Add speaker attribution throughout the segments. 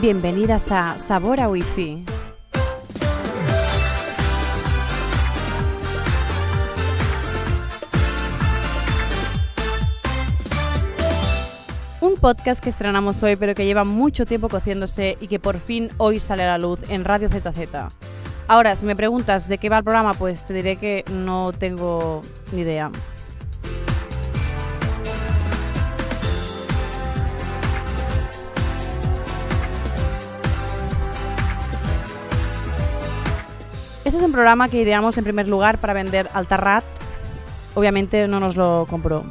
Speaker 1: Bienvenidas a Sabor a Wi-Fi. Un podcast que estrenamos hoy pero que lleva mucho tiempo cociéndose y que por fin hoy sale a la luz en Radio ZZ. Ahora, si me preguntas de qué va el programa, pues te diré que no tengo ni idea. Este es un programa que ideamos en primer lugar para vender al Tarrat. Obviamente no nos lo compró.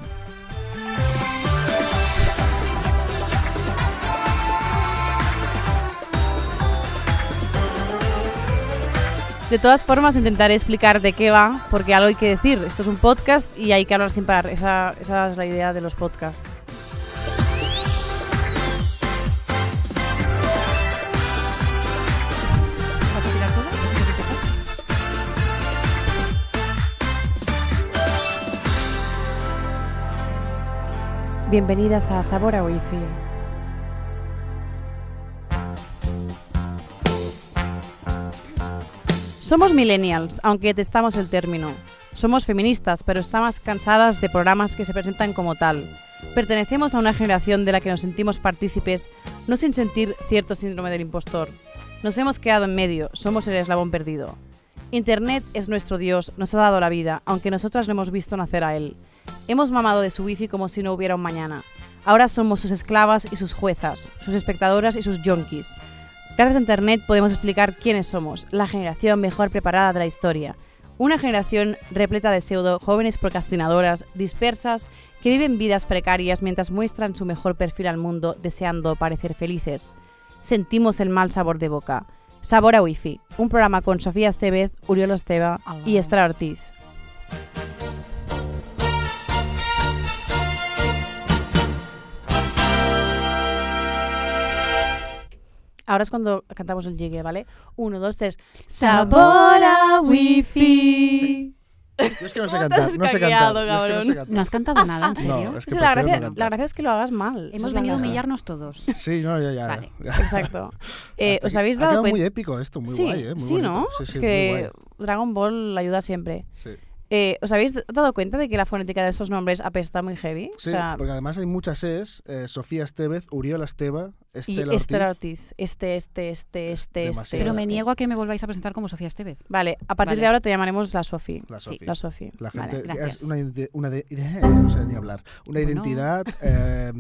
Speaker 1: De todas formas, intentaré explicar de qué va, porque algo hay que decir. Esto es un podcast y hay que hablar sin parar. Esa, esa es la idea de los podcasts. Bienvenidas a Sabor a Wi-Fi. Somos millennials, aunque detestamos el término. Somos feministas, pero estamos cansadas de programas que se presentan como tal. Pertenecemos a una generación de la que nos sentimos partícipes, no sin sentir cierto síndrome del impostor. Nos hemos quedado en medio, somos el eslabón perdido. Internet es nuestro Dios, nos ha dado la vida, aunque nosotras lo hemos visto nacer a él. Hemos mamado de su wifi como si no hubiera un mañana. Ahora somos sus esclavas y sus juezas, sus espectadoras y sus yonkis. Gracias a Internet podemos explicar quiénes somos, la generación mejor preparada de la historia. Una generación repleta de pseudo jóvenes procrastinadoras, dispersas, que viven vidas precarias mientras muestran su mejor perfil al mundo deseando parecer felices. Sentimos el mal sabor de boca. Sabor a Wifi, un programa con Sofía Estevez, Uriol Esteva y Estela Ortiz. Ahora es cuando cantamos el llegue, ¿vale? Uno, dos, tres.
Speaker 2: Sabor a wifi.
Speaker 3: Yo es que no sé
Speaker 1: ¿Cómo te
Speaker 3: cantar,
Speaker 1: has
Speaker 3: no sé
Speaker 1: cagueado,
Speaker 3: cantar. Yo es que
Speaker 2: ¿No
Speaker 3: no sé cantar.
Speaker 2: has cantado nada, en serio?
Speaker 3: No, es que
Speaker 1: Sí, la,
Speaker 3: prefiero
Speaker 1: gracia,
Speaker 3: no
Speaker 1: la
Speaker 3: cantar.
Speaker 1: gracia es que lo hagas mal. Eso
Speaker 2: Hemos
Speaker 1: es la
Speaker 2: venido a
Speaker 1: gracia.
Speaker 2: humillarnos todos.
Speaker 3: Sí, no, ya, ya.
Speaker 2: Vale.
Speaker 1: Exacto. Eh,
Speaker 3: Hasta
Speaker 1: ¿Os
Speaker 3: aquí.
Speaker 1: habéis
Speaker 3: Ha
Speaker 1: dado
Speaker 3: quedado
Speaker 1: cuenta?
Speaker 3: muy épico esto, muy
Speaker 1: sí,
Speaker 3: guay, ¿eh? Muy
Speaker 1: sí,
Speaker 3: bonito.
Speaker 1: ¿no?
Speaker 3: Sí, sí,
Speaker 1: es
Speaker 3: muy guay.
Speaker 1: que Dragon Ball ayuda siempre.
Speaker 3: Sí,
Speaker 1: Eh, ¿Os habéis dado cuenta de que la fonética de esos nombres apesta muy heavy?
Speaker 3: Sí,
Speaker 1: o sea,
Speaker 3: porque además hay muchas es. eh, Sofía Estevez, Uriola Esteva,
Speaker 1: y
Speaker 3: Estela
Speaker 1: Estela
Speaker 3: Ortiz.
Speaker 1: Ortiz. Este, este, este,
Speaker 3: este Es
Speaker 1: este, este.
Speaker 3: demasiado.
Speaker 2: Pero me
Speaker 1: este.
Speaker 2: niego a que me volváis a presentar como Sofía Estevez.
Speaker 1: Vale, a partir
Speaker 2: Vale.
Speaker 1: de ahora te llamaremos la Sofi.
Speaker 3: La
Speaker 2: Sí,
Speaker 3: Sofía.
Speaker 1: La Sofi.
Speaker 3: La
Speaker 1: Vale.
Speaker 3: gente
Speaker 2: gracias.
Speaker 3: es una, identi- una de- no sé ni hablar.
Speaker 2: Bueno.
Speaker 3: Una identidad eh,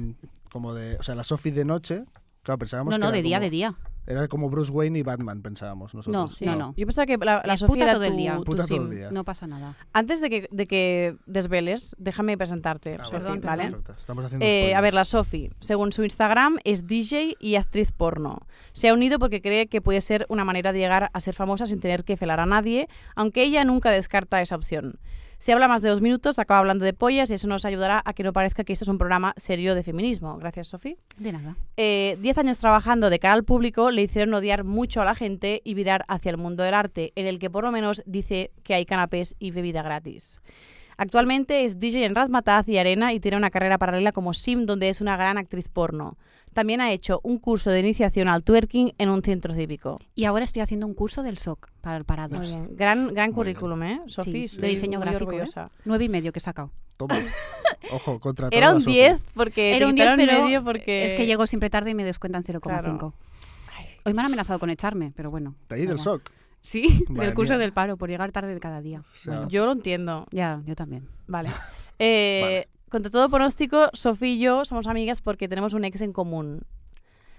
Speaker 3: como de, o sea, la Sophie de noche, claro, pensábamos
Speaker 2: No,
Speaker 3: que
Speaker 2: no,
Speaker 3: era
Speaker 2: de día,
Speaker 3: como,
Speaker 2: de día.
Speaker 3: Era como Bruce Wayne y Batman pensábamos nosotros.
Speaker 1: Sí.
Speaker 2: No, no.
Speaker 1: Yo pensaba que la, la
Speaker 2: Es
Speaker 1: Sofi
Speaker 2: puta
Speaker 1: era
Speaker 2: todo el
Speaker 1: tu-
Speaker 2: día.
Speaker 1: tu
Speaker 3: Puta todo
Speaker 1: sim.
Speaker 3: el día.
Speaker 2: No pasa nada.
Speaker 1: Antes de que, de que desveles, déjame presentarte,
Speaker 3: Ah,
Speaker 1: Sofi,
Speaker 3: vale,
Speaker 2: Perdón,
Speaker 1: ¿vale?
Speaker 2: perdón.
Speaker 3: perfecto. Estamos haciendo
Speaker 1: Eh, a
Speaker 3: spoilers.
Speaker 1: ver, la Sofi, según su Instagram, es DJ y actriz porno. Se ha unido porque cree que puede ser una manera de llegar a ser famosa sin tener que felar a nadie, aunque ella nunca descarta esa opción. Si habla más de dos minutos, acaba hablando de pollas y eso nos ayudará a que no parezca que esto es un programa serio de feminismo. Gracias, Sofi.
Speaker 2: De nada.
Speaker 1: Eh, diez años trabajando de cara al público le hicieron odiar mucho a la gente y virar hacia el mundo del arte, en el que por lo menos dice que hay canapés y bebida gratis. Actualmente es DJ en Razmataz y Arena y tiene una carrera paralela como Sim, donde es una gran actriz porno. También ha hecho un curso de iniciación al twerking en un centro cívico.
Speaker 2: Y ahora estoy haciendo un curso del SOC para el
Speaker 1: Muy
Speaker 2: parados.
Speaker 1: bien. Gran, gran
Speaker 3: Muy
Speaker 1: currículum, ¿eh? Sofi,
Speaker 2: Sí, de
Speaker 1: estoy
Speaker 2: diseño
Speaker 1: muy
Speaker 2: gráfico. ¿eh?
Speaker 1: orgullosa.
Speaker 2: Nueve y medio que he sacado.
Speaker 3: Toma. Ojo, contra
Speaker 1: Era un 10 porque te
Speaker 2: Era un 10,
Speaker 1: quitaron
Speaker 2: pero
Speaker 1: medio porque...
Speaker 2: es que llego siempre tarde y me descuentan 0,5. Hoy me han amenazado con echarme, pero bueno.
Speaker 3: De ahí
Speaker 2: da
Speaker 3: del
Speaker 2: igual.
Speaker 3: SOC.
Speaker 2: Sí,
Speaker 3: Madre
Speaker 2: del curso
Speaker 3: mía.
Speaker 2: del paro, por llegar tarde de cada día.
Speaker 3: O sea,
Speaker 2: Bueno,
Speaker 1: Yo lo entiendo.
Speaker 2: ya, yo también.
Speaker 1: Vale. Eh,
Speaker 3: Vale.
Speaker 1: Contra todo pronóstico, Sofía y yo somos amigas porque tenemos un ex en común.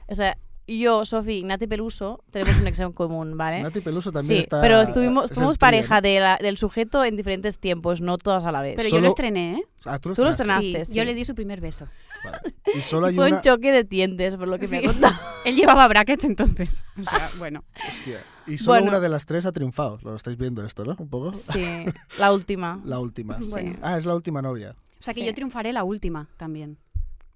Speaker 1: O sea, yo, Sofía y Nati Peluso tenemos un ex en común, ¿vale?
Speaker 3: Nati Peluso también
Speaker 1: ¿Eh? sí,
Speaker 3: está.
Speaker 1: pero estuvimos,
Speaker 3: es el
Speaker 1: fuimos
Speaker 3: trío,
Speaker 1: pareja de la- del sujeto en diferentes tiempos, no todas a la vez.
Speaker 2: Pero yo
Speaker 3: Solo-
Speaker 2: lo estrené, ¿eh?
Speaker 3: ¿no? Ah, tú lo
Speaker 1: Tú lo
Speaker 3: estrenaste.
Speaker 1: Estrenaste, sí.
Speaker 2: Yo le di su primer beso.
Speaker 3: Vale. Y solo hay
Speaker 1: Fue
Speaker 3: una.
Speaker 1: un choque de tientes, por lo que me
Speaker 2: Sí.
Speaker 1: ha contado.
Speaker 2: Él llevaba brackets entonces. O sea, bueno.
Speaker 3: Hostia. Y solo
Speaker 1: Bueno.
Speaker 3: una de las tres ha triunfado. Lo estáis viendo esto, ¿no? Un poco.
Speaker 1: Sí, la última.
Speaker 3: La última.
Speaker 1: Sí.
Speaker 2: Bueno.
Speaker 3: Ah, es la última novia.
Speaker 2: O sea que
Speaker 1: Sí.
Speaker 2: yo triunfaré la última también.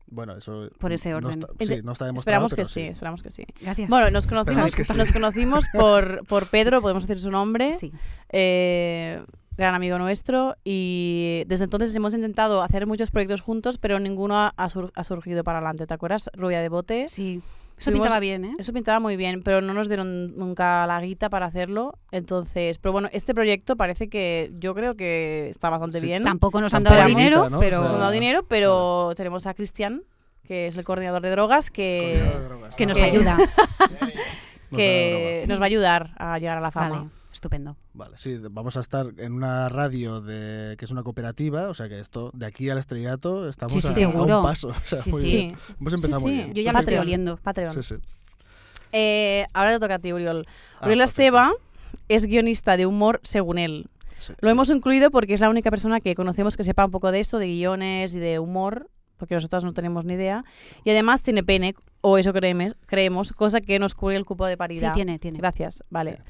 Speaker 3: Bueno, eso.
Speaker 2: Por ese
Speaker 3: no
Speaker 2: orden.
Speaker 3: está- sí, no está demostrado.
Speaker 1: Esperamos que
Speaker 3: pero
Speaker 1: sí, esperamos que sí.
Speaker 2: Gracias.
Speaker 1: Bueno, nos
Speaker 3: Esperamos
Speaker 1: conocimos,
Speaker 3: que sí.
Speaker 1: nos conocimos por, por Pedro, podemos decir su nombre.
Speaker 2: sí.
Speaker 1: eh, gran amigo nuestro y desde entonces hemos intentado hacer muchos proyectos juntos pero ninguno ha, ha sur- ha surgido para adelante ¿te acuerdas? Rubia de Bote
Speaker 2: Sí. Eso
Speaker 1: Tuvimos-
Speaker 2: pintaba bien, ¿eh?
Speaker 1: Eso pintaba muy bien, pero no nos dieron nunca la guita para hacerlo. Entonces, pero bueno, este proyecto parece que yo creo que está bastante
Speaker 3: Sí,
Speaker 1: bien.
Speaker 2: Tampoco nos han
Speaker 1: Tampoco
Speaker 2: dado
Speaker 1: era
Speaker 2: dinero,
Speaker 3: bonita, ¿no?
Speaker 2: pero...
Speaker 3: O
Speaker 1: Nos
Speaker 3: sea,
Speaker 1: han dado dinero, pero tenemos a Cristian, que es el coordinador de drogas, que,
Speaker 3: Coño, de drogas,
Speaker 2: que nos
Speaker 1: Eh, que-
Speaker 2: ayuda.
Speaker 3: Nos da de
Speaker 1: que
Speaker 3: drogas.
Speaker 1: nos va a ayudar a llegar a la fama.
Speaker 2: Vale, estupendo.
Speaker 3: Vale, sí, de- vamos a estar en una radio de, que es una cooperativa, o sea que esto, de aquí al estrellato, estamos
Speaker 2: Sí, sí,
Speaker 3: a- a,
Speaker 2: seguro.
Speaker 3: un paso. o sea,
Speaker 2: Sí,
Speaker 3: muy
Speaker 2: sí.
Speaker 3: bien. Hemos empezado
Speaker 1: Sí,
Speaker 3: muy
Speaker 1: sí.
Speaker 3: bien.
Speaker 2: Yo ya la estoy
Speaker 1: Patreon.
Speaker 2: oliendo.
Speaker 1: Patreon.
Speaker 3: Sí, sí.
Speaker 1: Eh, ahora te toca a ti, Uriol.
Speaker 3: Ah,
Speaker 1: Uriol
Speaker 3: perfecto.
Speaker 1: Esteba es guionista de humor según él.
Speaker 3: Sí,
Speaker 1: Lo
Speaker 3: sí.
Speaker 1: hemos incluido porque es la única persona que conocemos que sepa un poco de esto, de guiones y de humor, porque nosotras no tenemos ni idea. Y además tiene pene, o eso creemos, creemos cosa que nos cubre el cupo de
Speaker 2: Sí,
Speaker 1: paridad.
Speaker 2: tiene, tiene.
Speaker 1: Gracias, vale.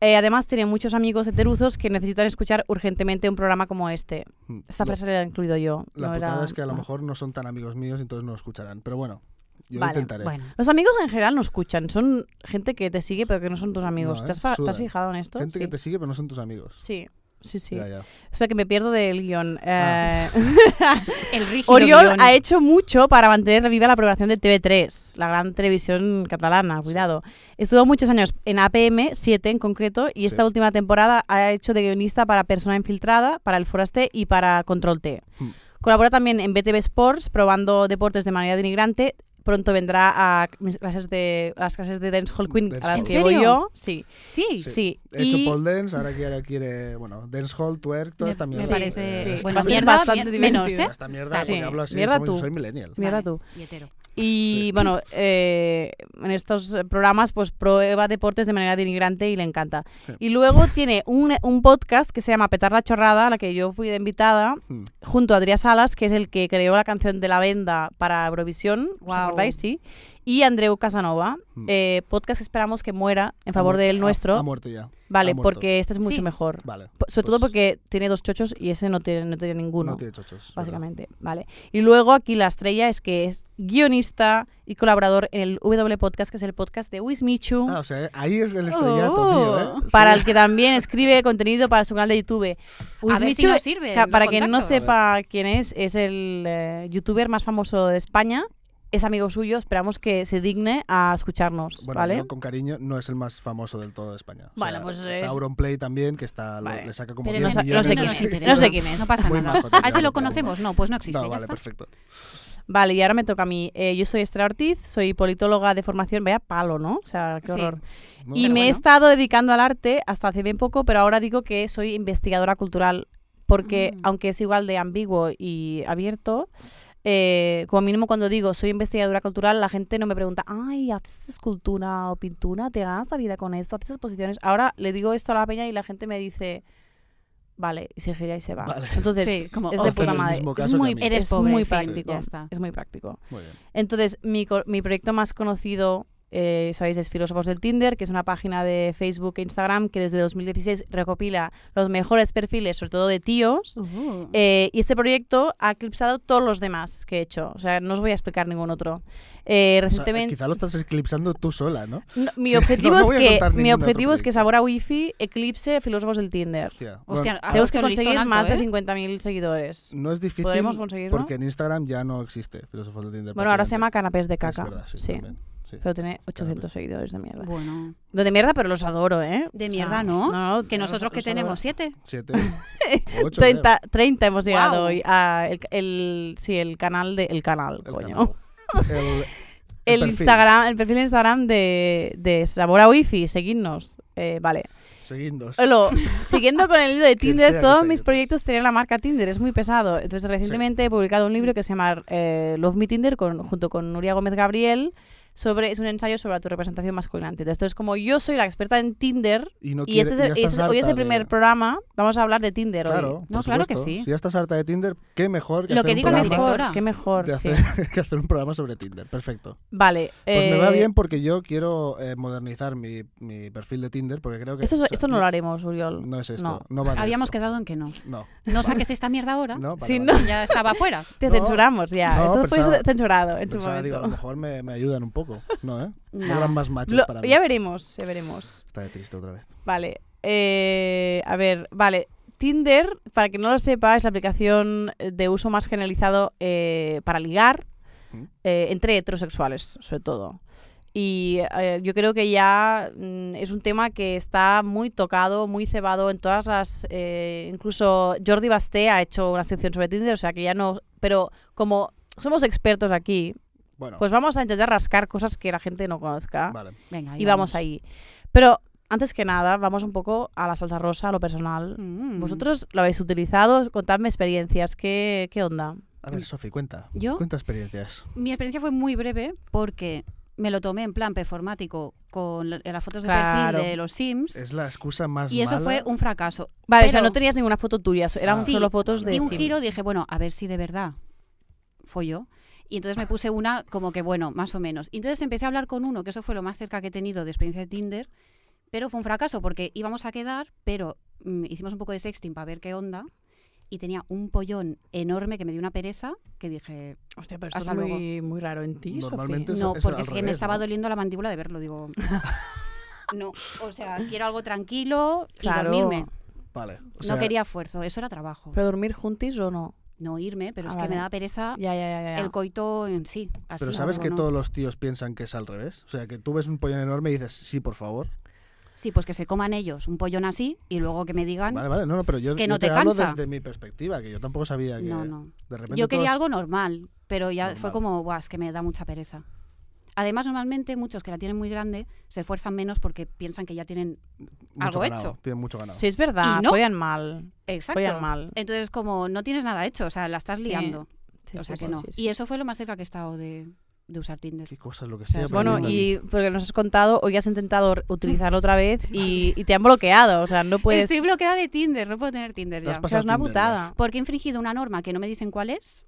Speaker 1: Eh, además tiene muchos amigos heteruzos que necesitan escuchar urgentemente un programa como este.
Speaker 3: Mm.
Speaker 1: Esta
Speaker 3: Lo-
Speaker 1: frase la he incluido yo.
Speaker 3: La
Speaker 1: no era- Ah.
Speaker 3: putada es que a lo
Speaker 1: no.
Speaker 3: mejor no son tan amigos míos, entonces no lo escucharán. Pero bueno, yo
Speaker 1: Vale,
Speaker 3: intentaré.
Speaker 2: Bueno,
Speaker 1: Los amigos en general no escuchan, son gente que te sigue pero que no son tus amigos.
Speaker 3: No,
Speaker 1: ¿Te,
Speaker 3: ¿eh?
Speaker 1: has fa- te has
Speaker 3: Sudan.
Speaker 1: fijado en esto?
Speaker 3: Gente
Speaker 1: sí.
Speaker 3: que te sigue, pero no son tus amigos.
Speaker 1: sí, sí, sí.
Speaker 3: Ya, ya.
Speaker 1: Espera que me pierdo del guión.
Speaker 3: Ah.
Speaker 1: Eh,
Speaker 2: el rígido
Speaker 1: Oriol
Speaker 2: guión.
Speaker 1: ha hecho mucho para mantener viva la programación de TV3, la gran televisión catalana, cuidado. Estuvo muchos años en APM, 7 en concreto, y esta
Speaker 3: Sí.
Speaker 1: última temporada ha hecho de guionista para Persona Infiltrada, para El Foraste y para Control T.
Speaker 3: Hmm.
Speaker 1: Colabora también en BTV Sports, probando deportes de manera denigrante. Pronto vendrá a mis clases de, a las clases de Dancehall Queen a las
Speaker 3: Dancehall.
Speaker 1: que
Speaker 2: ¿En
Speaker 1: voy
Speaker 2: serio?
Speaker 1: yo. Sí,
Speaker 2: Sí,
Speaker 1: sí.
Speaker 3: He hecho
Speaker 1: Y-
Speaker 3: pole dance, ahora quiere, quiere bueno, dance hall, twerk, toda
Speaker 2: me,
Speaker 3: esta
Speaker 2: me
Speaker 3: mierda.
Speaker 2: parece...
Speaker 3: Eh,
Speaker 1: sí.
Speaker 2: Bueno,
Speaker 1: Va a ser
Speaker 2: mierda,
Speaker 1: bastante
Speaker 2: mier- menos,
Speaker 1: divertido.
Speaker 2: ¿eh?
Speaker 3: Esta mierda,
Speaker 1: Sí.
Speaker 3: porque hablo así,
Speaker 1: Mierda
Speaker 3: soy,
Speaker 1: tú.
Speaker 3: soy millennial.
Speaker 1: Mierda
Speaker 2: Vale,
Speaker 1: tú.
Speaker 2: Y hetero.
Speaker 1: Y
Speaker 3: Sí.
Speaker 1: bueno, eh, en estos eh, programas pues prueba deportes de manera denigrante y le encanta.
Speaker 3: Sí.
Speaker 1: Y luego tiene un, un podcast que se llama Petar la Chorrada, a la que yo fui de invitada,
Speaker 3: Mm.
Speaker 1: junto a Adrián Salas, que es el que creó la canción de la venda para Eurovisión, ¿os
Speaker 2: Guau.
Speaker 1: acordáis? Sí. Y Andreu Casanova,
Speaker 3: Mm.
Speaker 1: eh, podcast que esperamos que muera en
Speaker 3: Ha
Speaker 1: favor
Speaker 3: muer-
Speaker 1: del
Speaker 3: ha-
Speaker 1: nuestro.
Speaker 3: Ha, muerto ya.
Speaker 1: vale,
Speaker 3: ha muerto.
Speaker 1: porque este es mucho
Speaker 2: Sí.
Speaker 1: mejor.
Speaker 3: Vale.
Speaker 1: P- Sobre todo
Speaker 3: pues,
Speaker 1: porque tiene dos chochos y ese no tiene, no tiene ninguno
Speaker 3: No tiene chochos. es verdad.
Speaker 1: básicamente, vale. Y luego aquí la estrella es que es guionista y colaborador en el W Podcast, que es el podcast de Wismichu,
Speaker 3: Ah, o sea, ahí es el estrellato mío, ¿eh?
Speaker 1: Oh, para el que también escribe contenido para su canal de YouTube.
Speaker 2: A ver si
Speaker 1: Wismichu,
Speaker 2: nos sirve.
Speaker 1: ca- para quien no
Speaker 3: contactos.
Speaker 1: sepa quién es, es el eh, youtuber más famoso de España. Es amigo suyo, esperamos que se digne a escucharnos,
Speaker 3: Bueno,
Speaker 1: ¿vale?
Speaker 3: yo, con cariño, no es el más famoso del todo de España. O
Speaker 1: Vale,
Speaker 3: sea,
Speaker 1: pues
Speaker 3: está
Speaker 1: es-
Speaker 3: Auronplay también, que está, lo-
Speaker 1: Vale.
Speaker 3: le saca como
Speaker 2: Pero no,
Speaker 3: 10
Speaker 1: sé-
Speaker 2: no
Speaker 3: millones.
Speaker 2: sé
Speaker 1: no
Speaker 2: quién es.
Speaker 1: interesa.
Speaker 2: no
Speaker 1: No sé quién es.
Speaker 2: No pasa
Speaker 3: Muy
Speaker 2: nada.
Speaker 3: majo
Speaker 2: ¿A
Speaker 3: también,
Speaker 2: ese lo
Speaker 3: no pasa nada.
Speaker 2: conocemos? No, pues no existe.
Speaker 3: No,
Speaker 2: ya
Speaker 3: vale,
Speaker 2: está.
Speaker 3: perfecto.
Speaker 1: Vale, y ahora me toca a mí. Eh, yo soy Estela Ortiz, soy politóloga de formación, vaya palo, ¿no? O sea, qué
Speaker 2: Sí.
Speaker 1: horror.
Speaker 3: No,
Speaker 1: Y
Speaker 2: Pero
Speaker 1: me he
Speaker 2: bueno.
Speaker 1: estado dedicando al arte hasta hace bien poco, pero ahora digo que soy investigadora cultural, porque
Speaker 2: Ah.
Speaker 1: aunque es igual de ambiguo y abierto, eh, como mínimo cuando digo soy investigadora cultural, la gente no me pregunta, ay, ¿haces escultura o pintura? ¿Te ganas la vida con esto? ¿Haces exposiciones? Ahora le digo esto a la peña y la gente me dice, vale, y se gira y se va.
Speaker 3: Vale.
Speaker 1: Entonces,
Speaker 2: Sí, como,
Speaker 1: es
Speaker 2: "Oh,
Speaker 1: de
Speaker 3: Hacen
Speaker 1: puta
Speaker 3: el
Speaker 1: madre.
Speaker 3: mismo
Speaker 1: Es
Speaker 3: caso que
Speaker 1: muy,
Speaker 3: a mí.
Speaker 2: Eres
Speaker 1: es
Speaker 2: pobre,
Speaker 1: muy
Speaker 2: fin,
Speaker 1: práctico.
Speaker 2: ya está.
Speaker 1: Es muy práctico.
Speaker 3: Muy bien.
Speaker 1: Entonces, mi, co- mi proyecto más conocido, eh, sabéis, es Filósofos del Tinder, que es una página de Facebook e Instagram que desde 2016 recopila los mejores perfiles, sobre todo de tíos.
Speaker 2: Uh.
Speaker 1: Eh, y este proyecto ha eclipsado todos los demás que he hecho. O sea, no os voy a explicar ningún otro. Eh,
Speaker 3: O sea,
Speaker 1: recientemente.
Speaker 3: quizá lo estás eclipsando tú sola, ¿no?
Speaker 1: No, mi
Speaker 3: sí, no,
Speaker 1: objetivo
Speaker 3: no
Speaker 1: es
Speaker 3: voy a
Speaker 1: que
Speaker 3: contar
Speaker 1: mi
Speaker 3: ningún otro
Speaker 1: objetivo es que
Speaker 3: proyecto.
Speaker 1: Sabora Wifi eclipse Filósofos del Tinder.
Speaker 3: Hostia.
Speaker 2: Hostia, ah,
Speaker 1: Tenemos
Speaker 2: hostia,
Speaker 1: que
Speaker 2: lo he visto en
Speaker 1: conseguir
Speaker 2: alto,
Speaker 1: más de
Speaker 2: ¿eh?
Speaker 1: 50.000 seguidores.
Speaker 3: No es difícil.
Speaker 1: ¿Podremos conseguirlo?
Speaker 3: Porque en Instagram ya no existe Filósofos de Tinder.
Speaker 1: Bueno, ahora se llama
Speaker 3: prácticamente.
Speaker 1: Canapés de
Speaker 3: Es
Speaker 1: Caca.
Speaker 3: verdad, sí.
Speaker 1: sí,
Speaker 3: también, sí.
Speaker 1: pero tiene 800
Speaker 3: Canapés.
Speaker 1: seguidores de mierda.
Speaker 2: Bueno,
Speaker 1: No de mierda, pero los adoro, ¿eh?
Speaker 2: de
Speaker 1: O sea,
Speaker 2: mierda, ¿no?
Speaker 1: no, ¿eh?
Speaker 2: Que
Speaker 1: los-
Speaker 2: nosotros que
Speaker 1: los adoro.
Speaker 2: tenemos siete.
Speaker 3: Siete. Ocho.
Speaker 1: 30, 30 hemos llegado
Speaker 2: Guau.
Speaker 1: hoy a el, el- sí, el canal de el canal,
Speaker 3: creo. El
Speaker 1: coño.
Speaker 3: canal. El, el
Speaker 1: El
Speaker 3: perfil.
Speaker 1: Instagram, el perfil de Instagram de, de Sabor a Wifi, seguidnos. Eh, vale.
Speaker 3: Seguidnos.
Speaker 1: Luego, siguiendo con el hilo de
Speaker 3: Quien sea
Speaker 1: Tinder,
Speaker 3: que
Speaker 1: todos
Speaker 3: esté
Speaker 1: mis
Speaker 3: detrás.
Speaker 1: proyectos tenían la marca Tinder, es muy pesado. Entonces, recientemente he publicado un libro que se llama eh, Love Me Tinder con- junto con Nuria Gómez Gabriel. Sobre, es un ensayo sobre tu representación masculina. Entonces, como yo soy la experta en Tinder,
Speaker 3: Y, no
Speaker 1: y
Speaker 3: quiere-
Speaker 1: este es
Speaker 3: ya
Speaker 1: el-
Speaker 3: estás
Speaker 1: este es- hoy es el
Speaker 3: harta de-
Speaker 1: primer programa, vamos a hablar de Tinder hoy.
Speaker 3: Claro, por
Speaker 2: No, claro que
Speaker 3: supuesto.
Speaker 2: sí.
Speaker 3: Si ya estás harta de Tinder, qué mejor que
Speaker 2: Lo
Speaker 3: hacer
Speaker 2: que
Speaker 3: un
Speaker 2: diga la
Speaker 1: Qué
Speaker 3: programa
Speaker 2: directora.
Speaker 1: mejor, qué mejor,
Speaker 3: de
Speaker 1: sí.
Speaker 3: hacer- que hacer un programa sobre Tinder. Perfecto.
Speaker 1: Vale.
Speaker 3: Pues me
Speaker 1: eh,
Speaker 3: va bien porque yo quiero eh, modernizar mi, mi perfil de Tinder porque creo que...
Speaker 1: Esto, es-
Speaker 3: o sea,
Speaker 1: esto no lo haremos, Uriol.
Speaker 3: No es esto.
Speaker 1: no.
Speaker 3: No, va de
Speaker 2: Habíamos
Speaker 3: esto.
Speaker 2: quedado en que ¿Ah? no.
Speaker 3: No.
Speaker 2: No saques esta mierda ahora.
Speaker 3: No, vale,
Speaker 1: Sí,
Speaker 3: vale.
Speaker 1: no.
Speaker 2: Ya estaba fuera.
Speaker 1: Te
Speaker 3: No.
Speaker 1: censuramos ya.
Speaker 3: No,
Speaker 1: esto fue
Speaker 3: pensaba-
Speaker 1: censurado en
Speaker 3: Pensaba,
Speaker 1: su
Speaker 3: digo, a lo
Speaker 1: momento.
Speaker 3: mejor me, me ayudan un poco. No, ¿eh? No,
Speaker 2: No.
Speaker 3: eran más matches
Speaker 1: Lo-
Speaker 3: para mí.
Speaker 1: ya veremos, ya veremos.
Speaker 3: Está de triste otra vez.
Speaker 1: Vale. eh, a ver, vale. Tinder, para que no lo sepa, es la aplicación de uso más generalizado eh, para ligar
Speaker 3: ¿Mm?
Speaker 1: eh, entre heterosexuales, sobre todo. Y eh, yo creo que ya mm, es un tema que está muy tocado, muy cebado en todas las... eh, incluso Jordi Basté ha hecho una sección sobre Tinder, o sea que ya no... Pero como somos expertos aquí,
Speaker 3: Bueno,
Speaker 1: pues vamos a intentar rascar cosas que la gente no conozca.
Speaker 3: vale.
Speaker 2: Venga, ahí
Speaker 1: y vamos. ahí. Pero antes que nada, vamos un poco a la salsa rosa, a lo personal.
Speaker 2: Mm.
Speaker 1: ¿Vosotros lo habéis utilizado? Contadme experiencias. ¿Qué, qué onda?
Speaker 3: A ver, Sofi, cuenta.
Speaker 2: Mm. ¿Yo?
Speaker 3: Cuenta experiencias.
Speaker 2: Mi experiencia fue muy breve porque me lo tomé en plan performático con la- las fotos de
Speaker 1: Claro.
Speaker 2: perfil de los Sims
Speaker 3: Es la excusa más
Speaker 2: y eso
Speaker 3: mala.
Speaker 2: fue un fracaso.
Speaker 1: Vale, o sea,
Speaker 2: Pero-
Speaker 1: no tenías ninguna foto tuya, so- eran
Speaker 3: Ah,
Speaker 2: Sí,
Speaker 1: solo fotos de
Speaker 2: Di un
Speaker 1: Sims.
Speaker 2: giro dije, bueno, a ver si de verdad fue yo. Y entonces me puse una como que, bueno, más o menos. Y entonces empecé a hablar con uno, que eso fue lo más cerca que he tenido de experiencia de Tinder, pero fue un fracaso porque íbamos a quedar, pero mm, hicimos un poco de sexting para ver qué onda. Y tenía un pollón enorme que me dio una pereza que dije,
Speaker 1: Hostia, pero esto
Speaker 2: Hasta
Speaker 1: es
Speaker 2: luego.
Speaker 1: muy, muy raro en ti, Sofi.
Speaker 3: Normalmente Eso-
Speaker 2: no,
Speaker 3: eso
Speaker 2: porque
Speaker 3: al
Speaker 2: es que me
Speaker 3: revés,
Speaker 2: estaba
Speaker 3: ¿no?
Speaker 2: doliendo la mandíbula de verlo, digo. No, o sea, quiero algo tranquilo y
Speaker 1: Claro.
Speaker 2: dormirme.
Speaker 3: Vale. O
Speaker 2: no
Speaker 3: sea,
Speaker 2: quería esfuerzo, eso era trabajo.
Speaker 1: ¿Pero dormir juntis o no?
Speaker 2: No irme, pero
Speaker 1: Ah,
Speaker 2: es que
Speaker 1: vale.
Speaker 2: me daba pereza
Speaker 1: Ya, ya, ya. ya.
Speaker 2: el coito en sí. Así,
Speaker 3: Pero sabes
Speaker 2: luego
Speaker 3: que
Speaker 2: no.
Speaker 3: todos los tíos piensan que es al revés. O sea, que tú ves un pollón enorme y dices, sí, por favor.
Speaker 2: Sí, pues que se coman ellos un pollón así y luego que me digan.
Speaker 3: Vale, vale. No, no, pero yo,
Speaker 2: Que
Speaker 3: yo
Speaker 2: no
Speaker 3: te,
Speaker 2: te
Speaker 3: hablo
Speaker 2: cansa.
Speaker 3: desde mi perspectiva, que yo tampoco sabía que
Speaker 2: no, no.
Speaker 3: de repente
Speaker 2: Yo quería
Speaker 3: todos-
Speaker 2: algo normal, pero ya fue
Speaker 3: Normal.
Speaker 2: como, guau, es que me da mucha pereza. Además, normalmente muchos que la tienen muy grande se esfuerzan menos porque piensan que ya tienen.
Speaker 3: mucho
Speaker 2: algo
Speaker 3: ganado,
Speaker 2: hecho.
Speaker 3: Tiene mucho ganado.
Speaker 1: Sí, es verdad,
Speaker 2: ¿Y no?
Speaker 1: follan mal.
Speaker 2: Exacto.
Speaker 1: Follan mal.
Speaker 2: Entonces, como no tienes nada hecho, o sea, la estás
Speaker 1: Sí.
Speaker 2: liando.
Speaker 1: Sí,
Speaker 2: o
Speaker 1: sí,
Speaker 2: sea
Speaker 1: sí,
Speaker 2: que no.
Speaker 1: sí, sí.
Speaker 2: Y eso fue lo más cerca que he estado de, de usar Tinder.
Speaker 3: Qué cosa es lo que
Speaker 2: sea,
Speaker 3: estoy
Speaker 2: es-
Speaker 1: Bueno,
Speaker 3: aprendiendo aquí.
Speaker 1: y porque nos has contado, hoy has intentado r- utilizarlo otra vez y, y te han bloqueado. O sea, no puedes.
Speaker 2: Estoy bloqueada de Tinder, no puedo tener Tinder
Speaker 3: Te has
Speaker 2: ya.
Speaker 1: O sea, es
Speaker 3: pasado
Speaker 1: una
Speaker 3: Tinder,
Speaker 1: putada.
Speaker 2: Porque he infringido una norma que no me dicen cuál es.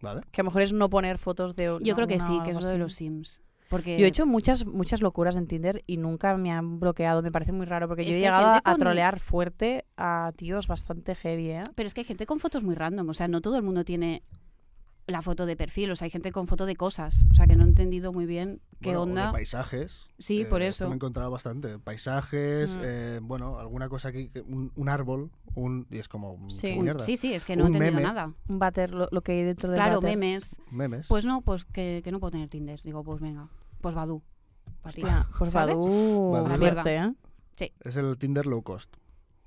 Speaker 3: Vale.
Speaker 1: Que a lo mejor es no poner fotos de.
Speaker 2: Yo creo que
Speaker 1: una
Speaker 2: sí,
Speaker 1: o
Speaker 2: que es
Speaker 1: algo
Speaker 2: lo de
Speaker 1: así.
Speaker 2: los Sims. Porque
Speaker 1: Yo he hecho muchas, muchas locuras en Tinder y nunca me han bloqueado. Me parece muy raro porque
Speaker 2: Es
Speaker 1: yo he
Speaker 2: que hay
Speaker 1: llegado
Speaker 2: gente
Speaker 1: a
Speaker 2: con-
Speaker 1: trolear fuerte a tíos bastante heavy, ¿eh?
Speaker 2: Pero es que hay gente con fotos muy random, o sea, no todo el mundo tiene la foto de perfil, o sea, hay gente con foto de cosas, o sea, que no he entendido muy bien qué
Speaker 3: Bueno, o de
Speaker 2: onda.
Speaker 3: paisajes. eh,
Speaker 2: Sí, por
Speaker 3: esto
Speaker 2: eso.
Speaker 3: Me he encontrado bastante. Paisajes,
Speaker 1: Mm.
Speaker 3: eh, bueno, alguna cosa aquí, que- un, un árbol, un, y es como mm,
Speaker 1: Sí.
Speaker 3: qué
Speaker 2: Un-
Speaker 3: mierda.
Speaker 2: sí, sí, es que no he
Speaker 3: Un
Speaker 2: entendido
Speaker 3: meme.
Speaker 2: nada.
Speaker 1: Un váter, lo, lo que hay dentro del
Speaker 2: Claro,
Speaker 1: váter.
Speaker 2: memes.
Speaker 3: Memes.
Speaker 2: Pues no, pues que, que no puedo tener Tinder. Digo, pues venga, pues Badu.
Speaker 1: Hostia, pues
Speaker 2: ¿Sabes?
Speaker 1: Badoo,
Speaker 3: Badoo.
Speaker 1: fuerte, ¿eh?
Speaker 3: Es el Tinder low cost,